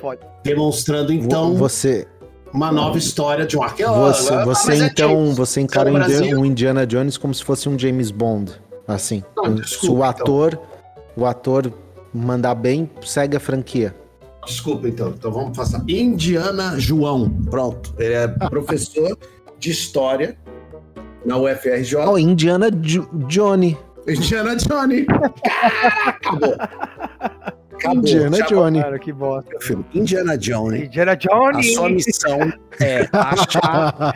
S2: Foda.
S4: demonstrando então
S1: você,
S4: uma nova história de um arqueólogo.
S1: você,
S4: Ah,
S1: você
S4: mas é
S1: então,
S4: James.
S1: você encara
S4: Só
S1: um
S4: o
S1: Indi-
S4: Brasil.
S1: um Indiana Jones como se fosse um James Bond, assim.
S4: Não,
S1: Um-
S4: desculpa,
S1: se o
S4: então.
S1: ator, o ator mandar bem, segue a franquia.
S4: Desculpa, então. Então vamos passar. Indiana João. Pronto. Ele
S1: [LAUGHS]
S4: é professor de história na UFRJ.
S1: Ó, É Indiana Jo- Johnny.
S4: Indiana Johnny. Acabou. Acabou.
S1: Indiana
S4: Já
S1: Johnny.
S2: Cara, que bosta.
S3: O filme Indiana Jones.
S2: Indiana
S3: A
S2: Jones.
S3: sua missão é achar,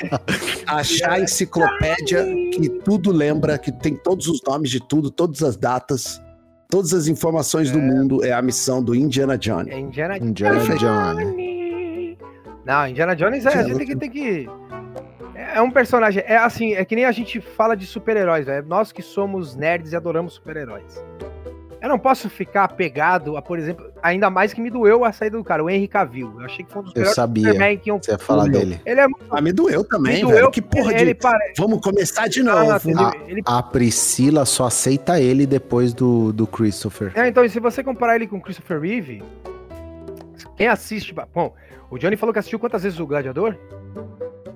S3: achar a enciclopédia que tudo lembra, que tem todos os nomes de tudo, todas as datas, todas as informações do mundo. É a missão do Indiana Jones.
S2: É Indiana
S1: Indiana
S3: Perfeito.
S1: Johnny.
S2: Jones. Não, Indiana Jones é, a gente tem que, tem que. É é um personagem. É assim, é que nem a gente fala de super-heróis, velho. Nós que somos nerds e adoramos super-heróis. Eu não posso ficar apegado a, por exemplo, ainda mais que me doeu a saída do cara, o Henry Cavill. Eu achei que foi um dos
S1: Eu
S2: melhores
S1: sabia.
S2: Superman que iam.
S1: que Você ia falar dele.
S2: Ele é muito.
S3: Ah, me doeu também,
S2: me
S3: velho.
S2: doeu,
S3: Que porra
S2: ele
S3: de.
S2: parece.
S3: Vamos começar de
S2: Ah,
S3: novo.
S2: ele-
S1: Ah.
S2: ele-
S1: A Priscila só aceita ele depois do, do Christopher.
S2: É, então, e se você comparar ele com Christopher Reeve, quem assiste. Bom, o Johnny falou que assistiu quantas vezes o Gladiador?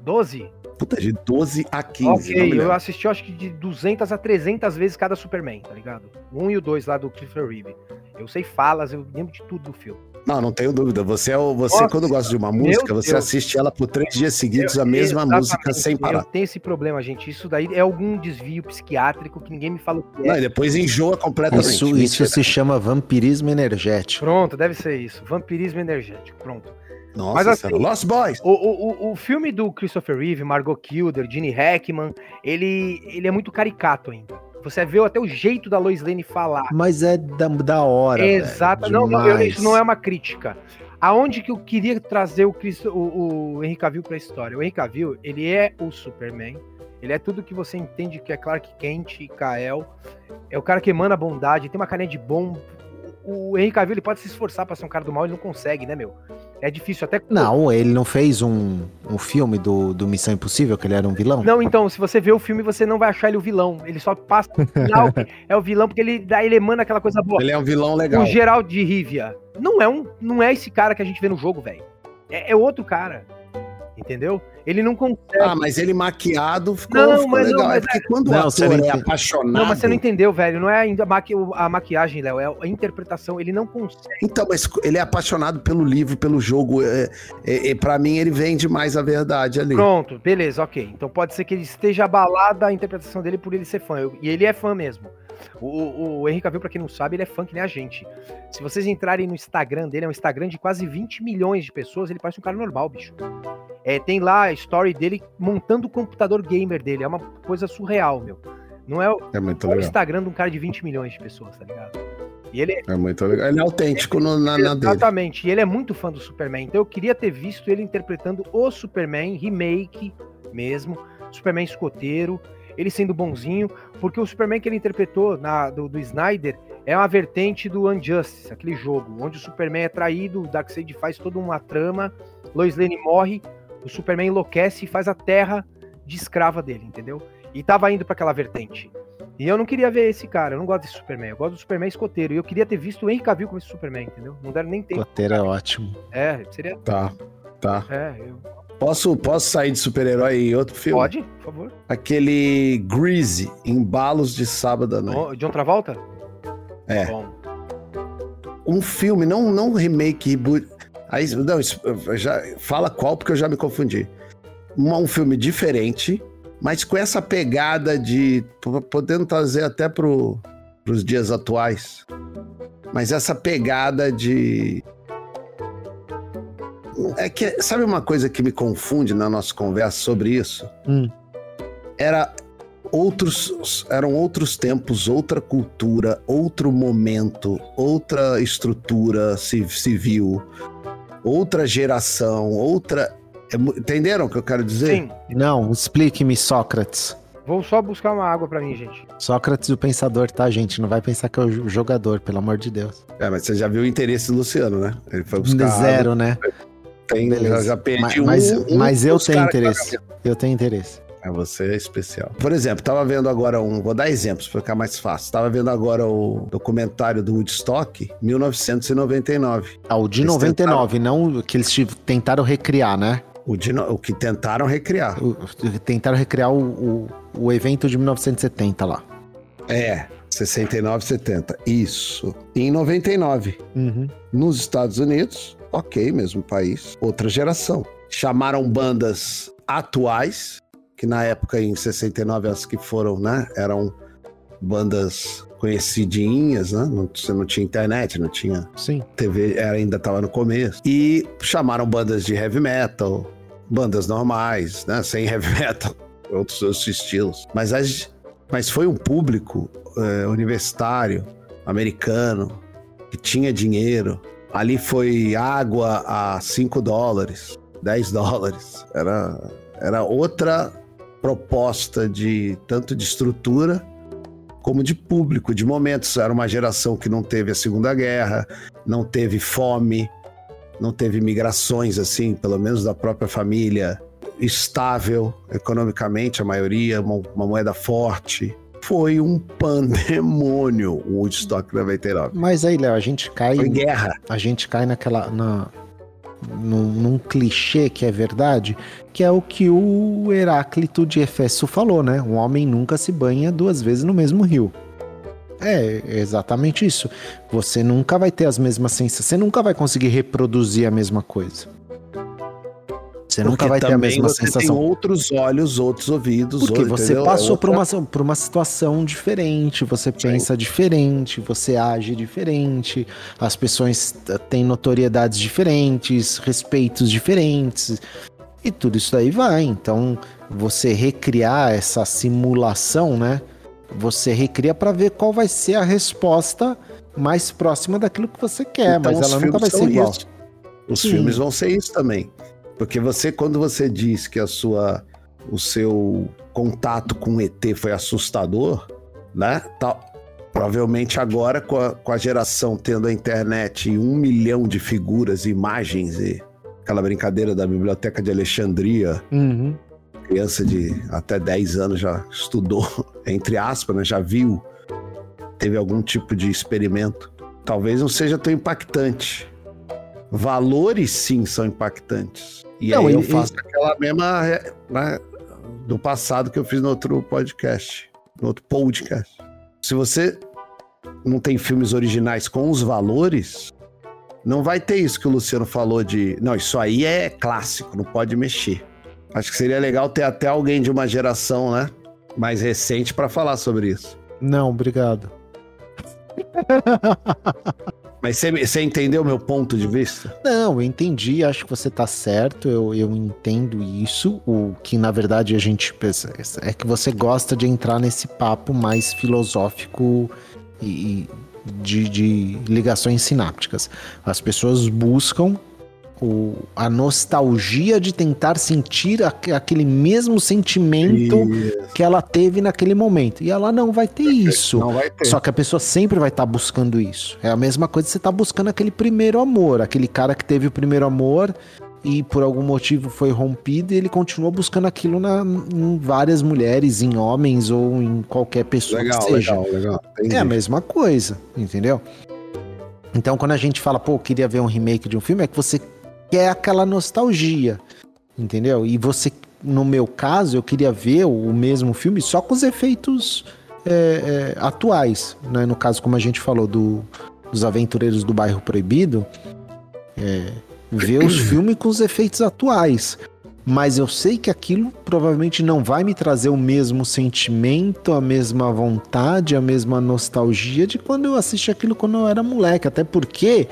S2: Doze?
S3: Puta, de 12 a 15. não me
S2: ok, eu
S3: lembro.
S2: assisti acho que de 200 a 300 vezes cada Superman, tá ligado? O Um e o dois lá do Christopher Reeve. Eu sei falas, eu lembro de tudo do filme.
S3: Não, não tenho dúvida. Você, é o- você
S2: Nossa,
S3: quando gosta de uma música, você
S2: Deus.
S3: assiste ela por três dias seguidos, a
S2: Eu-
S3: mesma
S2: exatamente,
S3: música sem parar.
S2: Eu tenho esse problema, gente. Isso daí é algum desvio psiquiátrico que ninguém me fala o que é.
S3: Não, e depois enjoa completamente.
S1: Isso, isso
S3: É Mentira.
S1: se chama vampirismo energético.
S2: Pronto, deve ser isso. Vampirismo energético, pronto.
S3: Nossa,
S2: Mas assim-
S3: Senhora. Lost Boys.
S2: O, o, o, o filme do Christopher Reeve, Margot Kilder, Gene Hackman, ele, ele é muito caricato ainda. Você vê até o jeito da Lois Lane falar.
S1: Mas é da, da hora.
S2: Exato.
S1: velho,
S2: Não, não, eu-
S1: demais.
S2: isso não é uma crítica. Aonde que eu queria trazer o, Chris, o, o Henry Cavill pra história? O Henry Cavill, ele é o Superman. Ele é tudo que você entende que é Clark Kent e Kael. É o cara que emana bondade, tem uma carinha de bom. O Henry Cavill, ele pode se esforçar pra ser um cara do mal, ele não consegue, né, meu? É difícil até...
S1: Não, ele não fez um, um filme do, do Missão Impossível, que ele era um vilão?
S2: Não, então, se você vê o filme, você não vai achar ele o vilão. Ele só
S1: [LAUGHS]
S2: passa no final que é o vilão, porque ele, dá- ele emana aquela coisa boa.
S3: Ele é um vilão legal.
S2: O Geraldo de Rivia não é um, não é esse cara que a gente vê no jogo, velho. É, é outro cara. Entendeu? Ele não consegue.
S3: Ah, mas ele maquiado ficou,
S2: Não,
S3: ficou
S2: mas não,
S3: legal. é
S2: mas
S3: porque quando o
S1: Não, você não
S3: ator é
S1: entende.
S3: apaixonado...
S2: não, mas você não entendeu, velho. Não é ainda a, maqui- a maquiagem, Léo. É a interpretação. Ele não consegue.
S3: Então, mas ele é apaixonado pelo livro, pelo jogo. É, é, é, pra mim, ele vende mais a verdade ali.
S2: Pronto, beleza, ok. Então pode ser que ele esteja abalada a interpretação dele por ele ser fã. Eu- e ele é fã mesmo. O, o, o Henrique Cavill, pra quem não sabe, ele é fã que nem a gente. Se vocês entrarem no Instagram dele, é um Instagram de quase 20 milhões de pessoas, ele parece um cara normal, bicho. É, tem lá a story dele montando o computador gamer dele. É uma coisa surreal, meu. Não é o,
S3: É
S2: é
S3: muito
S2: o
S3: legal.
S2: Instagram de um cara de 20 milhões de pessoas, tá ligado? E ele é,
S3: É muito legal. Ele é autêntico no- na, na dele.
S2: exatamente, e ele é muito fã do Superman. Então eu queria ter visto ele interpretando o Superman remake mesmo, Superman escoteiro, ele sendo bonzinho, porque o Superman que ele interpretou na- do, do Snyder é uma vertente do Injustice, aquele jogo, onde o Superman é traído, o Darkseid faz toda uma trama, Lois Lane morre, o Superman enlouquece e faz a terra de escrava dele, entendeu? E tava indo pra aquela vertente. E eu não queria ver esse cara, eu não gosto desse Superman, eu gosto do Superman escoteiro. E eu queria ter visto o Henry Cavill como esse Superman, entendeu? Não deram nem
S1: O
S2: tempo.
S1: roteiro é ótimo.
S2: É, seria.
S3: Tá, tá.
S2: É, eu...
S3: Posso, posso sair de super-herói e outro filme?
S2: Pode, por favor.
S3: Aquele Greasy, Embalos de Sábado à Noite.
S2: Bom, John Travolta?
S3: É.
S2: Bom,
S3: um filme, não, não remake, reboot. Aí, não, isso, eu já, fala qual, porque eu já me confundi. Um, um filme diferente, mas com essa pegada de. p- podendo trazer até para os dias atuais. Mas essa pegada de. É que, sabe uma coisa que me confunde na nossa conversa sobre isso?
S1: Hum.
S3: Era outros eram outros tempos, outra cultura, outro momento, outra estrutura ci- civil, outra geração, outra. é mu- Entenderam o que eu quero dizer?
S2: sim.
S1: Não, explique-me, Sócrates.
S2: Vou só buscar uma água pra mim, gente.
S1: Sócrates o pensador, tá, gente? Não vai pensar que é o jo- jogador, pelo amor de Deus.
S3: É, mas você já viu o interesse do Luciano, né? Ele foi buscar.
S1: Zero, né?
S3: Tem,
S1: Beleza.
S3: já, já
S1: Mas,
S3: perdi um-
S1: mas,
S3: um
S1: mas eu
S3: dos
S1: tenho
S3: caras que
S1: interesse. Eu tenho interesse.
S3: É, você é especial. Por exemplo, tava vendo agora um. Vou dar exemplos pra ficar mais fácil. Tava vendo agora o documentário do Woodstock, 1999.
S1: Ah, o de
S3: Eles
S1: 99, não o que eles tiv- tentaram recriar, né?
S3: O, de no- o que tentaram recriar.
S1: O- Tentaram recriar o, o, o evento de 1970 lá.
S3: É, 69, 70. Isso. Em 99, nos Estados Unidos, ok, mesmo país, outra geração. Chamaram bandas atuais, que na época em 69 as que foram, né, eram bandas conhecidinhas, né? Não, você não tinha internet, não tinha
S1: Sim.
S3: TV, era- ainda estava no começo. E chamaram bandas de heavy metal, bandas normais, né? Sem heavy [LAUGHS] metal, outros, outros estilos. Mas, as- mas foi um público eh, universitário, americano, que tinha dinheiro. Ali foi água a 5 dólares, 10 dólares. Era, era outra proposta de tanto de estrutura como de público, de momentos. Era uma geração que não teve a Segunda Guerra, não teve fome, não teve migrações, assim, pelo menos da própria família, estável economicamente, a maioria, uma, uma moeda forte. Foi um pandemônio o Woodstock 99.
S1: Mas aí, Léo, a gente cai,
S3: Foi guerra.
S1: a gente cai naquela. Na, num, num clichê que é verdade, que é o que o Heráclito de Efeso falou, né? Um homem nunca se banha duas vezes no mesmo rio. É exatamente isso. Você nunca vai ter as mesmas sensações, você nunca vai conseguir reproduzir a mesma coisa. Você nunca
S3: Porque
S1: vai ter a
S3: também
S1: mesma
S3: você
S1: sensação.
S3: Tem outros olhos, outros ouvidos.
S1: Porque
S3: outro-
S1: você
S3: entendeu? É
S1: passou por,
S3: outra-
S1: uma, por uma situação diferente, você pensa diferente, você age diferente, as pessoas t- têm notoriedades diferentes, respeitos diferentes, e tudo isso daí vai. Então, você recriar essa simulação, né? Você recria pra ver qual vai ser a resposta mais próxima daquilo que você quer,
S3: Então,
S1: mas
S3: os
S1: ela nunca
S3: filmes
S1: vai ser
S3: são
S1: igual.
S3: isso. Os
S1: Sim.
S3: filmes vão ser isso também. Porque você, quando você diz que a sua, o seu contato com o ET foi assustador, né? Tá, provavelmente agora, com a, com a geração tendo a internet e um milhão de figuras, imagens e aquela brincadeira da Biblioteca de Alexandria,
S1: Uhum.
S3: criança de até 10 anos já estudou, [LAUGHS] entre aspas, né, já viu, teve algum tipo de experimento, talvez não seja tão impactante. Valores sim são impactantes. E
S1: Não,
S3: aí eu
S1: e-
S3: faço aquela mesma é, né, do passado que eu fiz no outro podcast, no outro podcast. Se você não tem filmes originais com os valores, não vai ter isso que o Luciano falou de, não, isso aí é clássico, não pode mexer. Acho que seria legal ter até alguém de uma geração, né? Mais recente pra falar sobre isso.
S1: Não, obrigado.
S3: Mas você- você entendeu meu ponto de vista?
S1: Não, eu entendi, acho que você tá certo, eu, eu entendo isso. O que na verdade a gente pensa é que você gosta de entrar nesse papo mais filosófico e, e de, de ligações sinápticas. As pessoas buscam o- a nostalgia de tentar sentir aque- aquele mesmo
S3: Então,
S1: sentimento que ela teve naquele momento. E ela não vai ter isso.
S3: Não vai ter.
S1: Só que a pessoa sempre vai estar buscando isso. É a mesma coisa que você tá buscando aquele primeiro amor, aquele cara que teve o primeiro amor e por algum motivo foi rompido e ele continuou buscando aquilo na- em várias mulheres, em homens ou em qualquer pessoa
S3: Legal,
S1: que seja.
S3: legal, legal. Entendi.
S1: É a mesma coisa, entendeu? Então, quando a gente fala, pô, eu queria ver um remake de um filme, é que você quer aquela nostalgia, entendeu? E você, no meu caso, eu queria ver o mesmo filme só com os efeitos é, é, atuais, né? No caso, como a gente falou do- dos Aventureiros do Bairro Proibido, é, ver os filmes com os efeitos atuais. Mas eu sei que aquilo provavelmente não vai me trazer o mesmo sentimento, a mesma vontade, a mesma nostalgia de quando eu assisti aquilo quando eu era moleque. Até porque,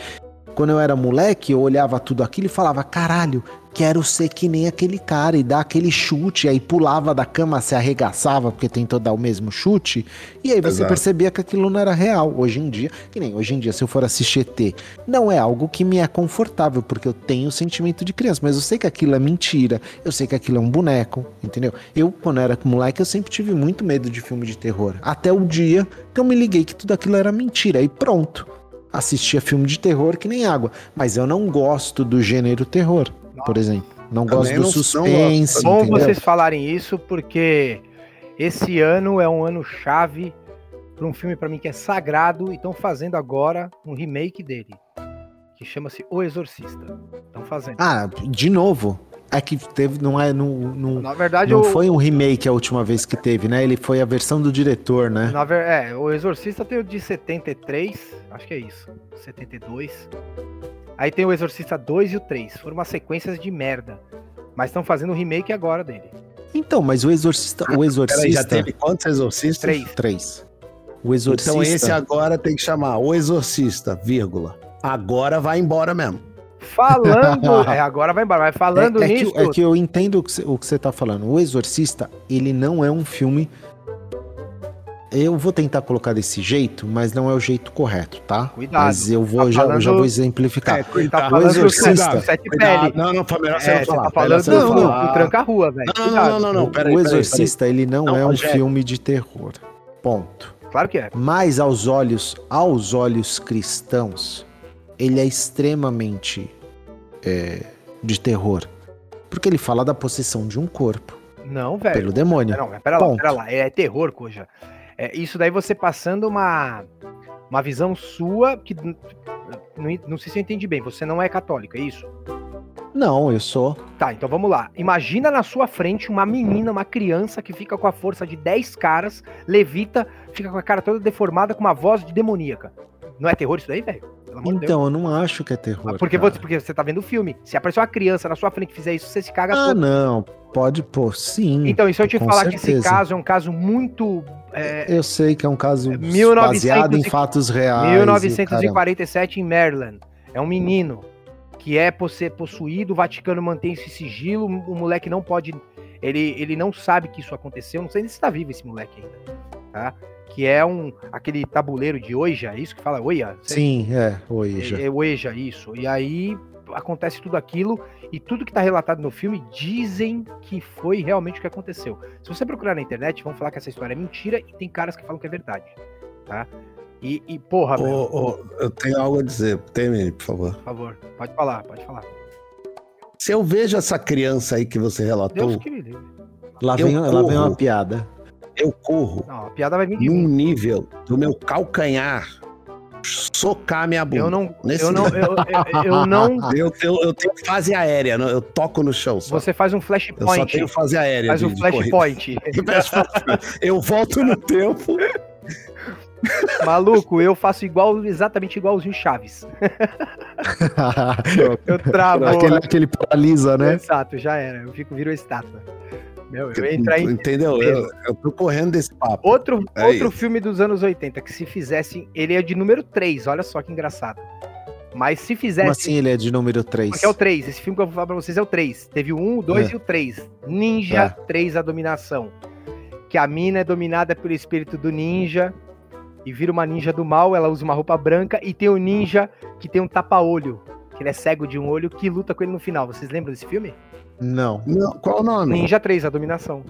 S1: quando eu era moleque, eu olhava tudo aquilo e falava: caralho, quero ser que nem aquele cara e dar aquele chute. Aí pulava da cama, se arregaçava, porque tentou dar o mesmo chute. E aí você
S3: Exato.
S1: percebia que aquilo não era real. Hoje em dia, que nem hoje em dia, se eu for assistir ET, não é algo que me é confortável, porque eu tenho o sentimento de criança, mas eu sei que aquilo é mentira, eu sei que aquilo é um boneco, entendeu? Eu, quando era moleque, eu sempre tive muito medo de filme de terror. Até o dia que eu me liguei que tudo aquilo era mentira, e pronto. Assistia filme de terror que nem água. Mas eu não gosto do gênero terror, por exemplo. Não
S3: Também
S1: gosto
S3: não-
S1: do
S3: não
S1: suspense,
S2: Bom
S1: entendeu?
S2: vocês falarem isso, porque esse ano é um ano chave para um filme para mim que é sagrado e estão fazendo agora um remake dele, que chama-se O Exorcista. Estão fazendo.
S1: Ah, de novo. É que teve, não é, não, não,
S2: Na verdade,
S1: não
S2: o,
S1: foi um remake a última vez que teve, né? Ele foi a versão do diretor, né?
S2: na ver- é, o Exorcista tem o de 73, acho que é isso, 72. Aí tem o Exorcista 2 e o 3. Foram umas sequências de merda. Mas estão fazendo um remake agora
S1: [LAUGHS]
S2: dele.
S1: Então, mas o Exorcista. O Exorcista.
S3: Peraí, já teve quantos exorcistas?
S2: Três.
S1: Três. O Exorcista.
S3: Então esse agora tem que chamar o exorcista, vírgula. Agora vai embora mesmo.
S2: Falando. é, agora vai embora. Mas falando
S1: é, é que-
S2: nisso.
S1: é que eu entendo o que cê- o que você tá falando. O Exorcista, ele não é um filme. Eu vou tentar colocar desse jeito, mas não é o jeito correto, tá?
S2: Cuidado.
S1: Mas eu vou, já,
S2: Tá
S1: eu já
S2: falando-
S1: vou exemplificar.
S3: É, cuidado.
S2: tá
S1: o
S2: falando do
S1: Exorcista.
S2: cara do Sete
S3: Cuidado.
S2: Pele.
S3: Não, não, foi melhor você
S2: É,
S3: não
S2: você
S3: falar.
S2: tá falando
S3: Melhor você
S2: do,
S1: não
S2: do,
S1: falar.
S2: do tranca-rua, velho.
S3: Não, não, não, não, não, peraí,
S1: o
S3: peraí,
S1: Exorcista, ele não,
S3: Não,
S1: é um
S3: Rogério.
S1: filme de terror. Ponto.
S2: peraí. Claro que é.
S1: Mas aos olhos, aos olhos cristãos, ele é extremamente é, de terror. Porque ele fala da possessão de um corpo
S2: Não,
S3: É,
S2: velho.
S1: pelo demônio.
S2: Não, mas pera lá,
S1: Ponto.
S2: pera lá. É terror, coja. É, isso daí você passando uma, uma visão sua que. n- Não, não sei se eu entendi bem. Você não é católico, é isso?
S1: Não, eu sou.
S2: Tá, então vamos lá. Imagina na sua frente uma menina, uma criança que fica com a força de 10 caras, levita, fica com a cara toda deformada, com uma voz de demoníaca. Não é terror isso daí, velho? Pelo amor de Deus.
S1: Então, eu não acho que é terror.
S2: Ah, Porque
S1: cara.
S2: você, porque você tá vendo o filme. Se aparecer uma criança na sua frente e fizer isso, você se caga
S1: Ah,
S2: todo.
S1: não. Pode, pô, sim.
S2: Então, e se eu te
S1: com
S2: falar que esse
S1: certeza.
S2: caso é um caso muito. é,
S1: eu sei que é um caso
S2: 1900
S1: baseado em fatos reais. e o é um caramba.
S2: 1947 em Maryland. É um menino que é posse- possuído, o Vaticano mantém esse sigilo, o tá moleque não pode. Ele, ele não sabe que isso aconteceu, não sei nem se está vivo esse moleque ainda. tá? Que é um aquele tabuleiro de oija, é isso que fala oia?
S1: Sim, é, Oeja.
S2: É, é oija, isso. E aí acontece tudo aquilo e tudo que tá relatado no filme dizem que foi realmente o que aconteceu. Se você procurar na internet, vão falar que essa história é mentira e tem caras que falam que é verdade, tá? E, e porra,
S3: Ô,
S2: meu,
S3: ô, eu tenho algo a dizer, Temer, por favor.
S2: por favor, pode falar, pode falar.
S3: Se eu vejo essa criança aí que você
S2: Deus
S3: relatou,
S2: que me livre.
S1: Lá
S3: Eu
S1: vem, lá vem uma
S3: corro.
S2: [LAUGHS]
S1: piada.
S3: eu corro
S2: Não, a piada vai vir de mim.
S3: num nível do meu calcanhar socar minha bunda.
S2: Eu não,
S3: Nesse
S2: eu não, eu, eu-
S3: [LAUGHS]
S2: eu não.
S3: Eu, eu- eu tenho fase aérea, não- eu toco no chão só.
S2: Você faz um
S3: eu só
S2: flashpoint.
S3: tenho fase aérea.
S2: Faz
S3: de-
S2: um
S3: de corrida.
S2: flashpoint.
S3: Eu
S2: [LAUGHS]
S3: volto no tempo.
S2: Maluco, eu faço igual, exatamente igualzinho Chaves.
S3: [LAUGHS]
S2: Eu travo.
S1: aquele, aquele paralisa, né?
S2: Exato, já era. Eu fico, viro a estátua. Meu, eu entrar em.
S3: Entendeu? Eu, eu tô correndo desse papo.
S2: Outro,
S3: É
S2: outro filme dos anos 80 que se fizesse. Ele é de número 3, olha só que engraçado. Mas se
S1: Como
S2: fizesse.
S1: assim ele é de número 3?
S2: Porque é o 3. Esse filme que eu vou falar pra vocês é o 3. Teve o 1, o 2
S1: É.
S2: e o 3. Ninja
S1: É.
S2: 3, a dominação. Que a mina é dominada pelo espírito do ninja e vira uma ninja do mal. Ela usa uma roupa branca e tem o ninja que tem um tapa-olho. Que ele é cego de um olho que luta com ele no final. Vocês lembram desse filme?
S1: Não.
S3: Não, qual o nome?
S2: Ninja 3, a dominação.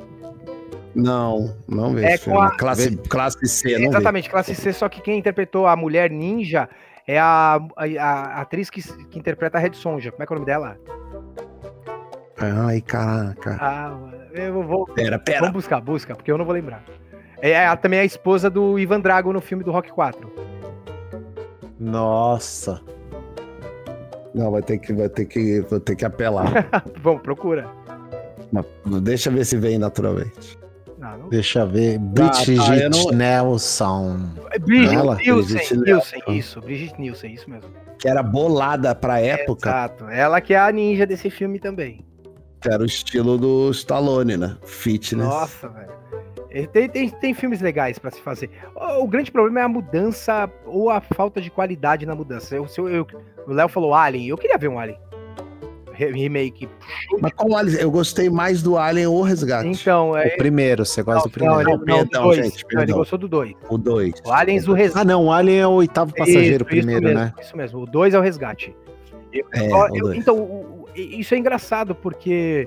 S3: Não, não vejo.
S2: É
S3: filme.
S2: com a-
S3: classe, classe C, não vejo.
S2: Exatamente, classe C, só que quem interpretou a mulher ninja é a, a, a atriz que, que interpreta a Red Sonja. Como é que é o nome dela?
S3: Ai, caraca.
S2: Ah, eu vou,
S3: Pera, pera.
S2: Vamos buscar, busca, porque eu não vou lembrar. É, ela também é a esposa do Ivan Drago no filme do Rock 4.
S1: Nossa.
S3: Não, vai ter que, vai ter que, vou ter
S2: [LAUGHS]
S3: que apelar.
S2: Vamos, procura.
S3: Mas Deixa eu ver se vem naturalmente.
S2: Não, não...
S1: Deixa eu ver.
S3: Tá, tá,
S1: Bridget
S3: eu não-
S1: Nelson.
S2: É Brigitte
S1: Ela?
S2: Nielsen,
S3: Brigitte
S2: Nielsen, isso, Brigitte Nielsen, isso mesmo.
S3: Que era bolada pra época.
S2: Exato. Ela que é a ninja desse filme também.
S3: que Era o estilo do Stallone, né? Fitness.
S2: Nossa, velho. E Tem, tem, tem filmes legais pra se fazer. O, o grande problema é a mudança ou a falta de qualidade na mudança. Eu- se eu- eu- o Léo falou Alien, eu queria ver um Alien. Re- Remake.
S3: Mas qual Alien? Eu gostei mais do Alien ou Resgate.
S2: Então, é.
S1: O primeiro, você gosta do
S2: Não,
S1: primeiro.
S2: ele, não, do
S3: Perdão,
S2: dois.
S3: gente,
S2: Não, ele
S3: perdão.
S2: gostou do 2.
S3: O 2.
S2: O Aliens, o Resgate.
S1: Ah, não, o Alien é o oitavo passageiro primeiro,
S2: mesmo,
S1: né?
S2: Isso mesmo, o 2 é o resgate. Eu-
S3: É,
S2: ó,
S3: o
S2: eu-
S3: dois.
S2: então, o- o- isso é engraçado, porque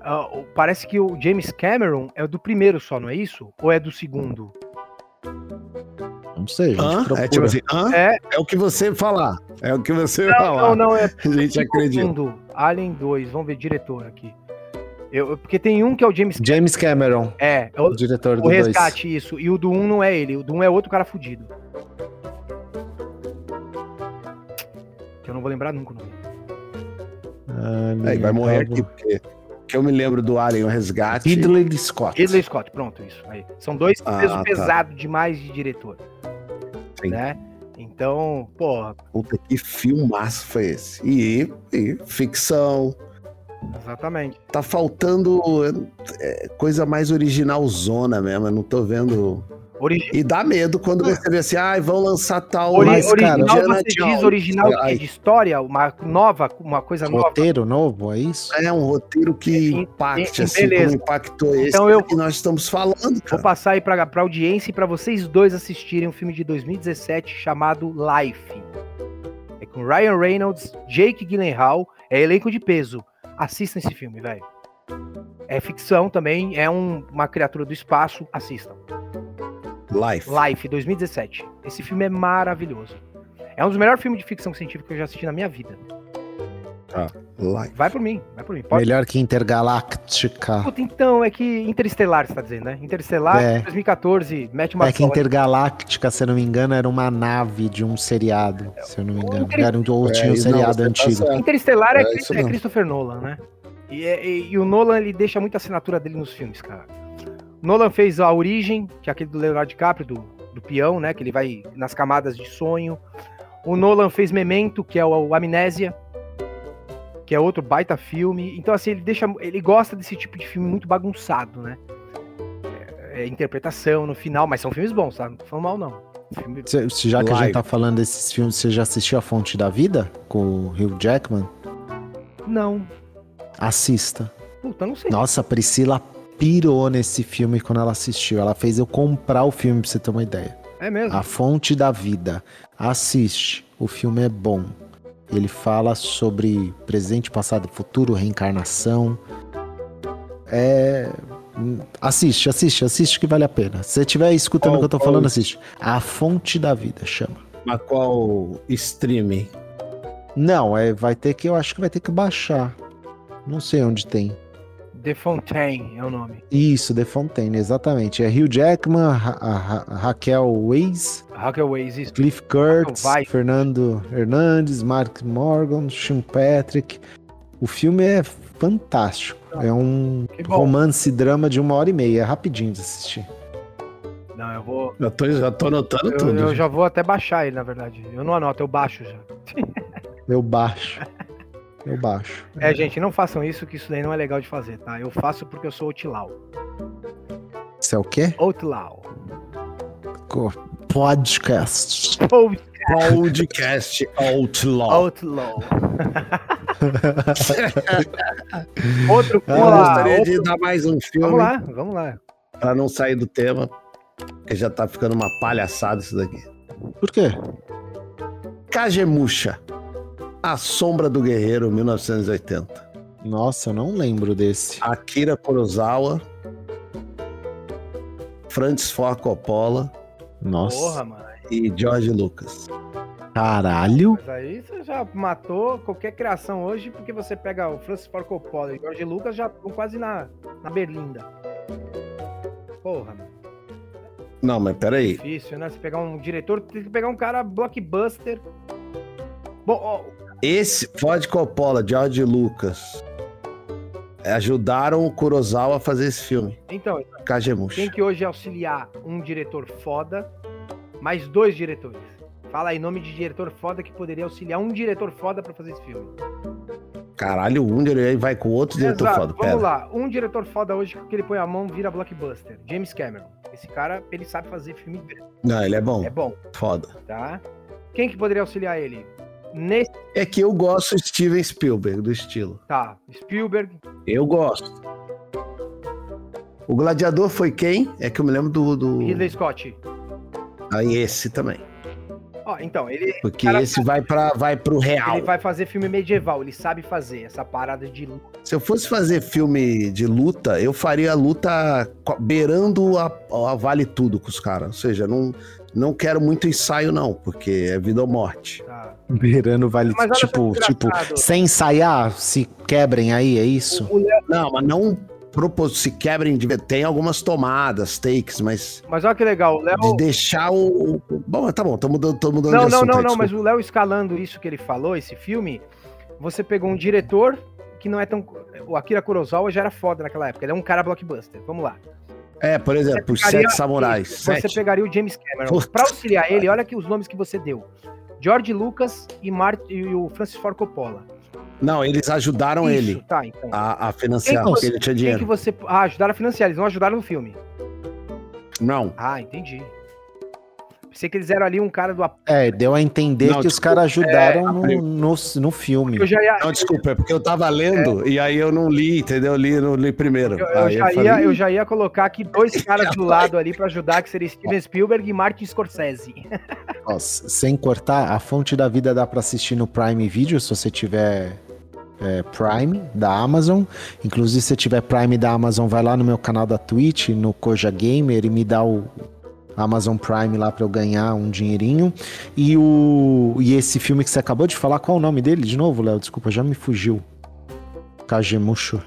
S2: ah, o- parece que o James Cameron é do primeiro só, não é isso? Ou é do segundo?
S1: Não sei, gente.
S3: Hã?
S1: procura.
S3: É tipo assim, hã?
S2: É,
S3: É o que você falar. É o que você falar.
S2: não, não, não, é
S3: A gente acredita.
S2: segundo. Alien 2, vamos ver, diretor aqui. Eu, eu- porque tem um que é o James
S1: James Cameron,
S2: É, é o,
S1: o diretor
S2: o
S1: do dois.
S2: resgate, isso. E o do 1 um não é ele, o do 1 um é outro cara fudido. Que eu não vou lembrar nunca o nome.
S1: Alien,
S3: Aí É, vai morrer
S1: Cabo-
S3: aqui, porque, porque eu me lembro do Alien o Resgate.
S1: Ridley Scott.
S2: Ridley Scott, pronto, isso. Aí. São dois
S3: Ah,
S2: pesos
S3: tá.
S2: pesados demais de diretor.
S3: Sim.
S2: Né? Então, porra,
S3: Puta, que filmaço foi esse? E, e ficção.
S2: exatamente.
S3: Tá faltando é, coisa mais original zona mesmo. Eu não tô vendo.
S2: Origi-
S3: E dá medo quando você vê assim, ah, vão lançar tal.
S2: ori-
S1: mas, cara,
S2: original,
S3: Indiana
S2: você diz
S3: Jones,
S2: original que é
S3: ai,
S2: de história, uma nova, uma coisa nova.
S1: um Roteiro novo, é isso?
S3: É um roteiro que
S2: Enfim,
S3: impacte,
S2: enfim,
S3: assim,
S2: beleza.
S3: como impactou esse
S2: Então eu-
S3: que nós estamos falando,
S2: Vou
S3: cara.
S2: passar aí pra, pra audiência e pra vocês dois assistirem um filme de 2017 chamado Life. É com Ryan Reynolds, Jake Gyllenhaal, é elenco de peso. Assistam esse filme, velho. É ficção também, é um- uma criatura do espaço, assistam.
S3: Life.
S2: Life 2017. Esse filme é maravilhoso. É um dos melhores filmes de ficção científica que eu já assisti na minha vida.
S3: Life.
S2: Vai por mim, vai por mim. Pode...
S1: Melhor que Intergaláctica.
S2: Puta, então, é que Interestelar, você tá dizendo, né? Interestelar,
S1: É.
S2: 2014, mete uma
S1: É que Intergaláctica, se eu não me engano, era uma nave de um seriado, se eu não me engano.
S2: Inter-
S1: Era um, ou tinha
S3: É,
S1: um
S3: não,
S1: seriado
S3: você tá
S1: antigo.
S3: certo.
S2: Interestelar é,
S3: É,
S2: Chris-
S3: isso
S2: é
S3: mesmo.
S2: Christopher Nolan, né? E, é- e- e o Nolan, ele deixa muita assinatura dele nos filmes, cara. Nolan fez A Origem, que é aquele do Leonardo DiCaprio, do, do peão, né? Que ele vai nas camadas de sonho. O Nolan fez Memento, que é o, o Amnésia, que é outro baita filme. Então, assim, ele deixa. Ele gosta desse tipo de filme muito bagunçado, né? É, é interpretação no final, mas são filmes bons, tá? Não tô falando mal, não. Filme-
S1: Cê- se- Já que a
S3: Live.
S1: gente tá falando desses filmes, você já assistiu A Fonte da Vida? Com o Hugh Jackman?
S2: Não.
S1: Assista.
S2: Puta, não sei.
S1: Nossa, Priscila pirou nesse filme quando ela assistiu. Ela fez eu comprar o filme pra você ter uma ideia.
S2: É
S3: Ah.
S2: mesmo?
S1: A Fonte da Vida. Assiste. O filme é bom. Ele fala sobre presente, passado e futuro, reencarnação. É. Assiste, assiste, assiste que vale a pena. Se você estiver escutando o
S3: Qual-
S1: que eu tô
S3: qual-
S1: falando, assiste. A Fonte da Vida chama.
S3: Mas qual streaming?
S1: Não, é, vai ter que, eu acho que vai ter que baixar. Não sei onde tem.
S2: The Fontaine é o nome.
S1: Isso, The Fontaine, exatamente. É Hugh Jackman, Ra- Ra- Ra- Raquel Weisz,
S2: Hackaways, isso.
S1: Cliff Curtis,
S2: Vai.
S1: Fernando Hernandes, Mark Morgan, Sean Patrick. O filme é fantástico. É um
S2: Que bom.
S1: romance-drama de uma hora e meia. É rapidinho de assistir.
S2: Não, eu vou.
S3: Já tô, já tô anotando
S2: Eu,
S3: tudo. né?
S2: eu já vou até baixar ele, na verdade. Eu não anoto, eu baixo já.
S1: Eu
S2: [LAUGHS]
S1: baixo. Eu baixo.
S2: É, gente, não façam isso, que isso daí não é legal de fazer, tá? Eu faço porque eu sou Outlaw.
S1: Isso é o quê?
S2: Outlaw.
S1: Co- Podcast.
S2: Out-
S3: Podcast [LAUGHS] Outlaw.
S2: Outlaw. Outro
S1: Ah,
S3: Eu
S1: Vamos lá,
S3: gostaria
S2: outro-
S3: de dar mais um
S2: Vamos
S3: filme
S2: lá, vamos lá.
S3: pra não sair do tema, que já tá ficando uma palhaçada isso daqui.
S1: Por quê?
S3: Cagemucha, A Sombra do Guerreiro, 1980.
S1: Nossa, eu não lembro desse.
S3: Akira Kurosawa, Francis Ford Coppola
S1: Nossa.
S2: Porra, mano.
S3: e George Lucas.
S1: Caralho.
S2: Mas aí você já matou qualquer criação hoje, porque você pega o Francis Ford Coppola e o George Lucas já estão quase na, na berlinda. Porra, mano.
S3: Não, mas peraí.
S2: Difícil, né? Você pegar um diretor, tem que pegar um cara blockbuster. Bom, ó,
S3: Esse Ford Coppola, George Lucas, ajudaram o Kurosawa a fazer esse filme,
S2: então,
S3: Kagemusha.
S2: Tem que hoje auxiliar um diretor foda, mais dois diretores. Fala aí, nome de diretor foda que poderia auxiliar um diretor foda pra fazer esse filme.
S3: Caralho, um diretor aí vai com outro diretor foda.
S2: vamos
S3: Pera.
S2: lá. Um diretor foda hoje que ele põe a mão vira blockbuster. James Cameron. Esse cara, ele sabe fazer filme grande.
S3: Não, ele é bom,
S2: É bom,
S3: foda.
S2: tá? Quem que poderia auxiliar ele? Nesse,
S3: É que eu gosto de Steven Spielberg, do estilo.
S2: tá. Spielberg.
S3: Eu gosto. O Gladiador foi quem? É que eu me lembro do. do...
S2: Ridley Scott.
S3: Aí esse também.
S2: Ó, então, ele,
S3: Porque
S2: Cara,
S3: esse vai para vai pro real.
S2: ele vai fazer filme medieval. Ele sabe fazer essa parada de
S3: Se eu fosse fazer filme de luta, eu faria a luta co- beirando a, a vale tudo com os caras. Ou seja, não, não quero muito ensaio, não, porque é vida ou morte.
S2: tá?
S1: Beirando vale
S2: Mas olha só
S1: tipo,
S2: que
S1: tipo,
S2: engraçado.
S1: sem ensaiar, se quebrem aí, é isso?
S2: O- o Léo-
S3: Não, mas não propos- se quebrem de. Tem algumas tomadas, takes, mas
S2: mas olha que legal, o Léo.
S3: de deixar o. o- Bom, tá bom, tô mudando, tô mudando
S2: Não,
S3: de
S2: não,
S3: assunto
S2: não,
S3: aí,
S2: não,
S3: desculpa.
S2: mas o Léo escalando isso que ele falou, esse filme, você pegou um diretor que não é tão. O Akira Kurosawa já era foda naquela época, ele é um cara blockbuster. Vamos lá.
S3: É, por exemplo, os
S2: Você pegaria-
S3: Sete Samurais.
S2: Você
S3: Sete.
S2: pegaria o James Cameron.
S3: Puta
S2: Pra auxiliar
S3: que
S2: ele, olha aqui os nomes que você deu: George Lucas e, Mar... e o Francis Ford Coppola.
S3: Não, eles ajudaram
S2: Isso,
S3: ele
S2: Tá, então.
S3: a, a financiar,
S1: Quem
S3: porque ele tinha
S2: Quem
S3: dinheiro.
S2: que você. Ah, ajudaram a financiar, eles não ajudaram no filme.
S3: Não.
S2: Ah, entendi. Pensei que eles eram ali um cara do apoio.
S1: É, deu a entender
S3: Não,
S1: que os
S3: tipo,
S1: caras ajudaram
S3: é,
S1: no, no, no filme.
S2: Eu já ia,
S3: Não, desculpa, é porque eu tava lendo e aí eu não li, entendeu? Eu li, não li primeiro.
S2: Eu, eu
S3: Aí
S2: já
S3: falei,
S2: ia, eu já ia colocar aqui dois caras do lado ali pra ajudar, que seria Steven Spielberg e Martin Scorsese.
S1: Ó, s- sem cortar, a fonte da vida dá pra assistir no Prime Video, se você tiver é, Prime da Amazon. Inclusive, se você tiver Prime da Amazon, vai lá no meu canal da Twitch, no Koja Gamer, e me dá o Amazon Prime lá pra eu ganhar um dinheirinho. E, o, e esse filme que você acabou de falar, qual é o nome dele de novo, Léo? Desculpa, já me fugiu. Kagemusho.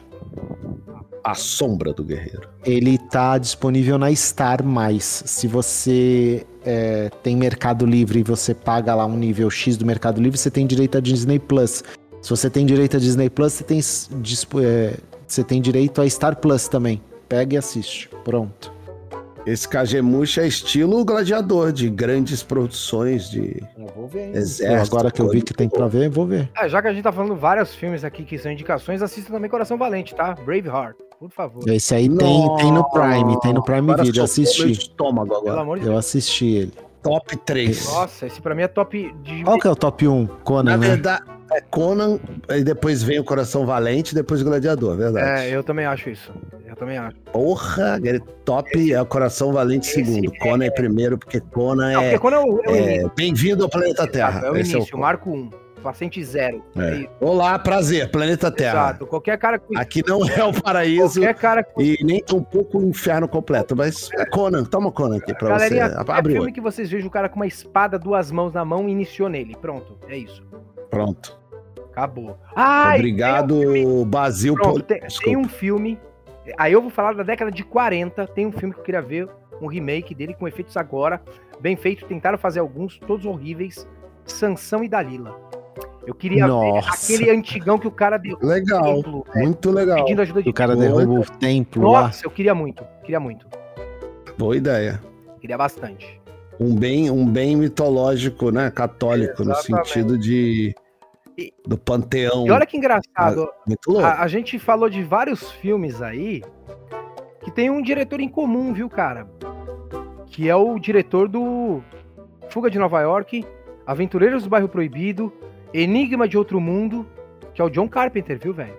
S3: A sombra do guerreiro.
S1: Ele tá disponível na Star+. Se você é, tem Mercado Livre e você paga lá um nível X do Mercado Livre, você tem direito a Disney+. Plus. Se você tem direito a Disney+, Plus, você tem, s- dispo- é, você tem direito a Star Plus também. Pega e assiste. Pronto.
S3: Esse Kagemusha é estilo gladiador de grandes produções de
S1: Eu Ah, vou ver.
S3: exército.
S1: agora que eu vi que tem pra ver, eu vou ver.
S2: [LAUGHS] Ah, já que a gente tá falando vários filmes aqui que são indicações, assista também Coração Valente, tá? Braveheart, por favor.
S1: Esse aí tem, tem no Prime, tem no Prime
S3: Agora
S1: Video.
S3: socou meu
S1: Assisti.
S3: estômago agora.
S2: Pelo amor de
S1: Eu assisti ele.
S3: é Top 3.
S2: Nossa, esse pra mim é top de.
S1: Qual que é o top 1? Conan,
S3: Na
S1: né?
S3: verdade, é Conan, aí depois vem o Coração Valente, depois o Gladiador, verdade.
S2: É, eu também acho isso. Eu também acho.
S3: Porra, ele top é o Coração Valente
S2: Esse
S3: segundo. Conan é primeiro, porque Conan
S2: Não, porque
S3: é,
S2: quando é o, é o
S3: é,
S2: início.
S3: bem-vindo ao planeta Terra.
S2: É o
S3: Esse é o
S2: início, marco 1. Paciente zero.
S3: É.
S2: Isso,
S3: Olá, prazer, planeta
S2: tá.
S3: Terra.
S2: Exato. Qualquer cara que.
S3: Aqui não é o paraíso
S2: Qualquer cara que.
S3: e nem um pouco o inferno completo, mas é Conan, toma Conan aqui pra você.
S2: Galerinha, é
S3: Abre o
S2: filme
S3: olho.
S2: que vocês vejam o cara com uma espada, duas mãos na mão e iniciou nele. Pronto, é isso.
S3: Pronto.
S2: Acabou. Ah, e tem
S3: Obrigado,
S2: um filme-
S3: Basil.
S2: Pronto, tem,
S3: Desculpa.
S2: tem um filme. Aí eu vou falar da década de 40. Tem um filme que eu queria ver, um remake dele com efeitos agora. Bem feito, tentaram fazer alguns, todos horríveis. Sansão e Dalila. Eu queria ver
S1: Nossa.
S2: aquele antigão que o cara deu
S3: Legal,
S2: templo, né,
S3: muito legal.
S2: pedindo ajuda de
S1: O cara
S3: Oi.
S1: derruba o templo lá.
S2: Nossa, eu queria muito, queria muito.
S3: Boa ideia.
S2: Queria bastante.
S3: Um bem, um bem mitológico, né? Católico, no
S2: Exatamente.
S3: sentido de
S2: E-
S3: do panteão.
S2: E olha que Ah, engraçado,
S3: Muito louco.
S2: a, a gente falou de vários filmes aí que tem um diretor em comum, viu, cara? Que é o diretor do Fuga de Nova York, Aventureiros do Bairro Proibido, Enigma de Outro Mundo, que é o John Carpenter, viu, velho?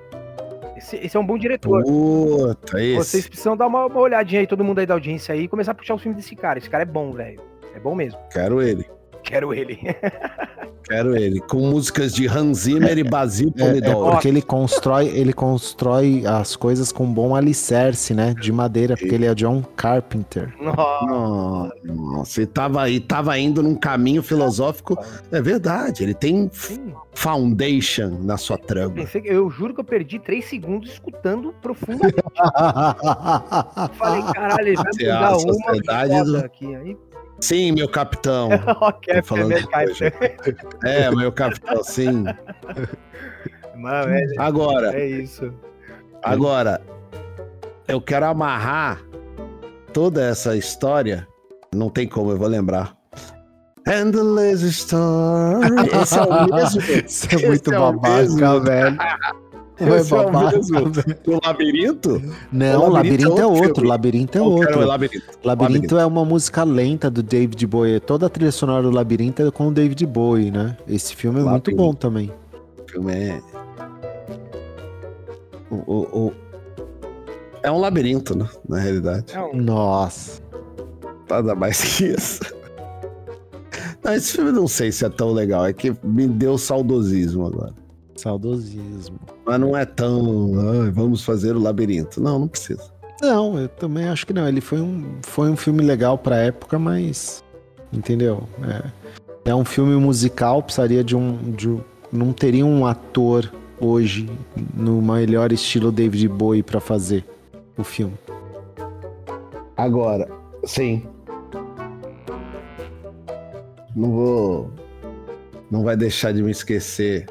S2: Esse, esse é um bom diretor.
S3: Puta, esse.
S2: Vocês precisam dar uma, uma olhadinha aí, todo mundo aí da audiência aí, e começar a puxar o filme desse cara. Esse cara é bom, velho. É bom mesmo.
S3: Quero ele.
S2: Quero ele. [LAUGHS]
S3: Quero ele. Com músicas de Hans Zimmer e Basil
S1: É, é
S3: Polidoro.
S1: porque ele constrói, ele constrói as coisas com bom alicerce, né? De madeira, porque ele é John Carpenter.
S2: Nossa.
S3: Nossa, e tava, e tava indo num caminho filosófico. É verdade, ele tem f-
S2: Sim.
S3: foundation na sua trama.
S2: Pensei que- eu juro que eu perdi três segundos escutando profundamente. Falei, caralho, ele vai
S3: Ah,
S2: mudar
S3: Você acha a
S2: uma
S3: sociedade
S2: foda
S3: do-
S2: aqui. Aí,
S3: Sim, meu capitão.
S2: [LAUGHS] ó, Cap,
S3: falando
S2: né,
S3: de
S2: Cap?
S3: coisa. É, meu capitão, sim.
S2: Mano, é,
S3: Agora,
S2: é isso.
S3: Agora, eu quero amarrar toda essa história. Não tem como, eu vou lembrar. Endless Story. Esse é o mesmo
S1: Isso é
S3: [LAUGHS] Esse
S1: muito
S3: é o
S1: babaca,
S3: mesmo.
S1: velho. Foi
S3: Esse é o
S1: babaca,
S3: mesmo.
S1: velho.
S3: do labirinto?
S1: Não,
S3: O
S1: labirinto, é outro,
S3: filme.
S1: labirinto é
S3: Eu quero
S1: outro.
S3: o labirinto.
S1: Labirinto é uma música lenta do David Bowie. Toda a trilha sonora do Labirinto é com o David Bowie, né? Esse filme é muito
S3: Labirinto.
S1: bom também.
S3: O filme é... O, o- o- é um labirinto, né? Na realidade.
S2: É um-
S1: Nossa.
S3: Nada mais [LAUGHS] que isso. Não, esse filme eu não sei se é tão legal. É que me deu saudosismo agora.
S1: Saudosismo.
S3: Mas não é tão. "Ai, vamos fazer o labirinto. Não, não precisa.
S1: Não, eu também acho que não. Ele foi um, foi um filme legal pra época, mas. Entendeu? É, é um filme musical, precisaria de um, de um- Não teria um ator hoje no melhor estilo David Bowie pra fazer o filme.
S3: Agora, sim. Não vou. Não vai deixar de me esquecer.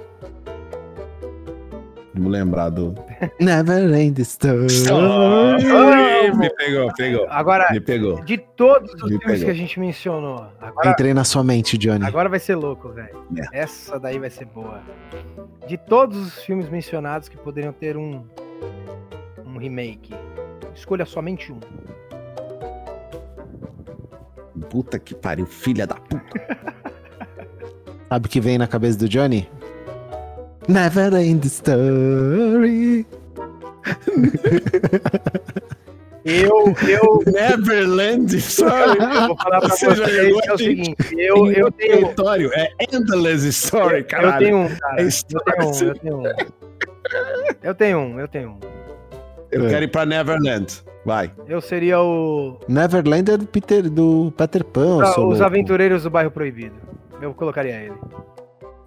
S3: de me lembrar do.
S1: Never End Story.
S3: me pegou, pegou.
S2: Agora,
S3: Me pegou.
S2: de todos os
S3: Me
S2: filmes
S3: pegou.
S2: que a gente mencionou, agora,
S1: Entrei na sua mente, Johnny.
S2: agora vai ser louco, velho.
S3: Uhum. É.
S2: Essa daí vai ser boa. De todos os filmes mencionados que poderiam ter um, um remake, escolha somente um.
S3: Puta que pariu, filha da puta.
S1: Sabe o que vem na cabeça do Johnny? Never End Story.
S2: Eu, eu,
S3: [LAUGHS] Neverland, sorry.
S2: eu vou falar pra
S3: Você já
S2: vocês
S3: ligou
S2: que é o
S3: a gente?
S2: seguinte, [LAUGHS] eu, eu tenho...
S3: um
S2: um,
S3: Território, é Endless Story,
S2: Eu
S3: caralho.
S2: tenho um, cara.
S3: É
S2: Eu tenho um,
S3: história.
S2: eu
S3: [LAUGHS]
S2: tenho um. Eu tenho um, eu tenho um.
S3: Eu quero ir pra Neverland. Vai.
S2: Eu seria o.
S1: Neverland é do Peter, do Peter Pan. eu
S2: os
S1: sou louco.
S2: Aventureiros do Bairro Proibido. Eu colocaria ele.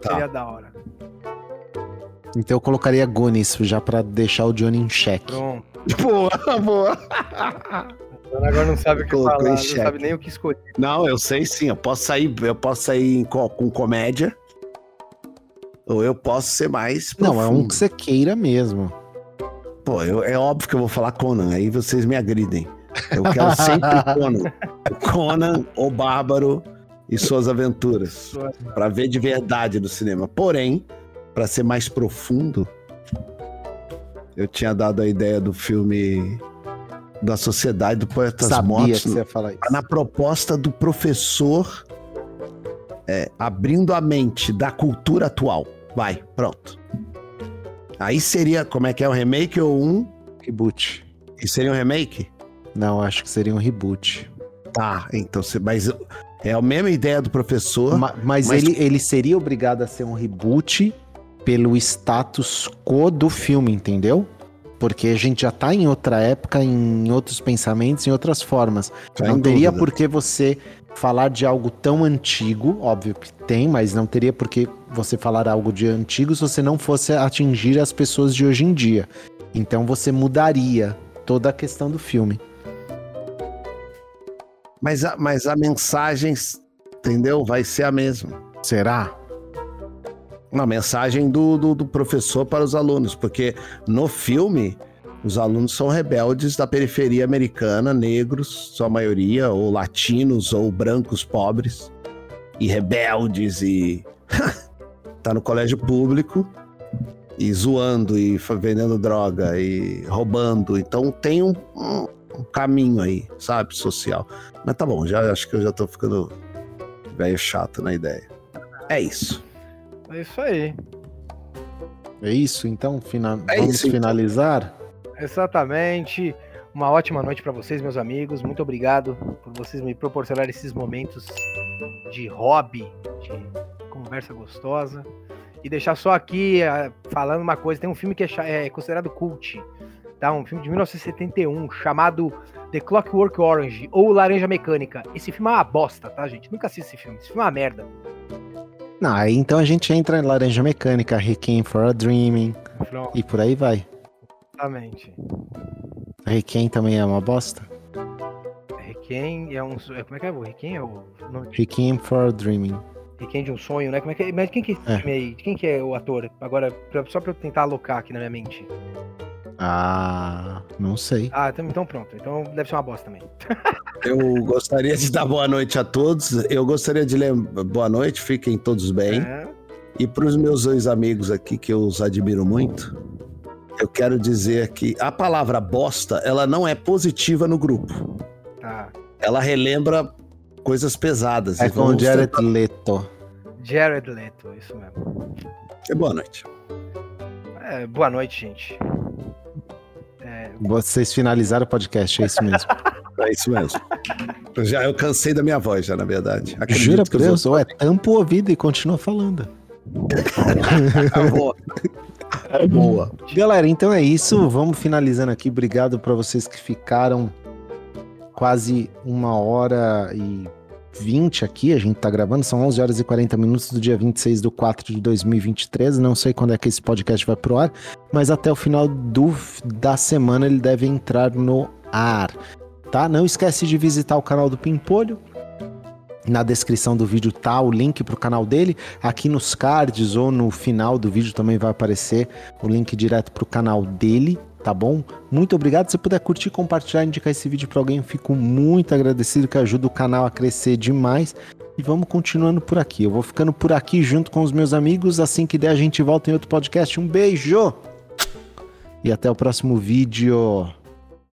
S3: Tá.
S2: Seria da hora.
S1: Então eu colocaria Goonies já pra deixar o Johnny em xeque.
S2: Pronto.
S3: Boa, boa.
S2: Agora não sabe o que
S3: Colocou
S2: falar,
S3: em
S2: não
S3: xeque.
S2: sabe nem o que escolher.
S3: Não, eu sei sim. Eu posso sair, eu posso sair em co- com comédia. Ou eu posso ser mais.
S1: Não, é um
S3: profundo.
S1: que você queira mesmo.
S3: Pô, eu- é óbvio que eu vou falar Conan, aí vocês me agridem. Eu quero sempre Conan. Conan, o Bárbaro e suas aventuras. Pra ver de verdade no cinema. Porém, pra ser mais profundo, eu tinha dado a ideia do filme da Sociedade do Poetas
S1: Sabia
S3: Mortos.
S1: que você ia falar isso.
S3: na proposta do professor é, abrindo a mente da cultura atual. Vai, pronto. Aí seria, como é que é, um remake ou um...
S1: Reboot.
S3: E seria um remake?
S1: Não, acho que seria um reboot.
S3: Tá, então, você- mas é a mesma ideia do professor.
S1: Ma- mas
S3: Mas-
S1: ele, ele seria obrigado a ser um reboot pelo status quo do filme, entendeu? Porque a gente já tá em outra época, em outros pensamentos, em outras formas.
S3: Sem
S1: não teria
S3: dúvida.
S1: por que você falar de algo tão antigo, óbvio que tem, mas não teria por que você falar algo de antigo se você não fosse atingir as pessoas de hoje em dia. Então você mudaria toda a questão do filme.
S3: Mas a, mas a mensagem, entendeu? Vai ser a mesma.
S1: Será?
S3: A mensagem do, do, do professor para os alunos, porque no filme os alunos são rebeldes da periferia americana, negros, sua maioria, ou latinos, ou brancos pobres, e rebeldes, e [LAUGHS] tá no colégio público, e zoando, e fa- vendendo droga, e roubando. Então tem um, um- um caminho aí, sabe, social. Mas tá bom, já acho que eu já tô ficando velho chato na ideia. É isso.
S2: É isso aí.
S1: É isso, então fina-
S3: É
S1: vamos
S3: isso, então.
S1: finalizar.
S2: Exatamente. Uma ótima noite para vocês, meus amigos. Muito obrigado por vocês me proporcionarem esses momentos de hobby, de conversa gostosa. E deixar só aqui ah, falando uma coisa: tem um filme que é, cha- é considerado cult, tá? Um filme de 1971 chamado The Clockwork Orange ou Laranja Mecânica. Esse filme é uma bosta, tá, gente? Nunca assista esse filme. Esse filme é uma merda.
S1: Não, aí então a gente entra em Laranja Mecânica, Requiem for a Dreaming e por aí vai.
S2: Exatamente.
S1: Requiem também é uma bosta?
S2: Requiem é um. é- Como é que é? O Requiem é o nome
S1: Requiem for a Dreaming.
S2: Requiem de um sonho, né? Como é que é? Mas quem que é esse
S1: É.
S2: filme aí? Quem que é o ator? Agora, pra- só pra eu tentar alocar aqui na minha mente.
S1: Ah, não sei.
S2: Ah, então, então pronto. Então deve ser uma bosta também.
S3: Eu gostaria de dar boa noite a todos. Eu gostaria de lembrar. Boa noite, fiquem todos bem.
S2: É.
S3: E para os meus dois amigos aqui, que eu os admiro muito, eu quero dizer que a palavra bosta, ela não é positiva no grupo.
S2: Tá.
S3: Ela relembra coisas pesadas.
S1: É
S3: E
S1: com o
S3: vamos
S1: Jared Leto.
S2: Jared Leto, isso mesmo.
S3: tentar- Boa noite.
S2: É, boa noite, gente. É,
S1: Vocês finalizaram o podcast, é isso mesmo.
S3: É isso mesmo. Eu já eu cansei da minha voz, já, na verdade. Acredito
S1: Jura
S3: que
S1: por Deus? Ou é tampa o ouvido e continua falando.
S3: eu vou. Boa.
S1: Galera, então é isso. Vamos finalizando aqui. Obrigado para vocês que ficaram quase uma hora e 20 aqui. A gente tá gravando, são 11 horas e 40 minutos do dia 26 de 4 de 2023. Não sei quando é que esse podcast vai pro ar, mas até o final do, da semana ele deve entrar no ar, tá? Não esquece de visitar o canal do Pimpolho. Na descrição do vídeo tá o link pro canal dele. Aqui nos cards ou no final do vídeo também vai aparecer o link direto pro canal dele, tá bom? Muito obrigado. Se puder curtir, compartilhar, indicar esse vídeo pra alguém, eu fico muito agradecido que ajuda o canal a crescer demais. E vamos continuando por aqui. Eu vou ficando por aqui junto com os meus amigos. Assim que der, a gente volta em outro podcast. Um beijo! E até o próximo vídeo.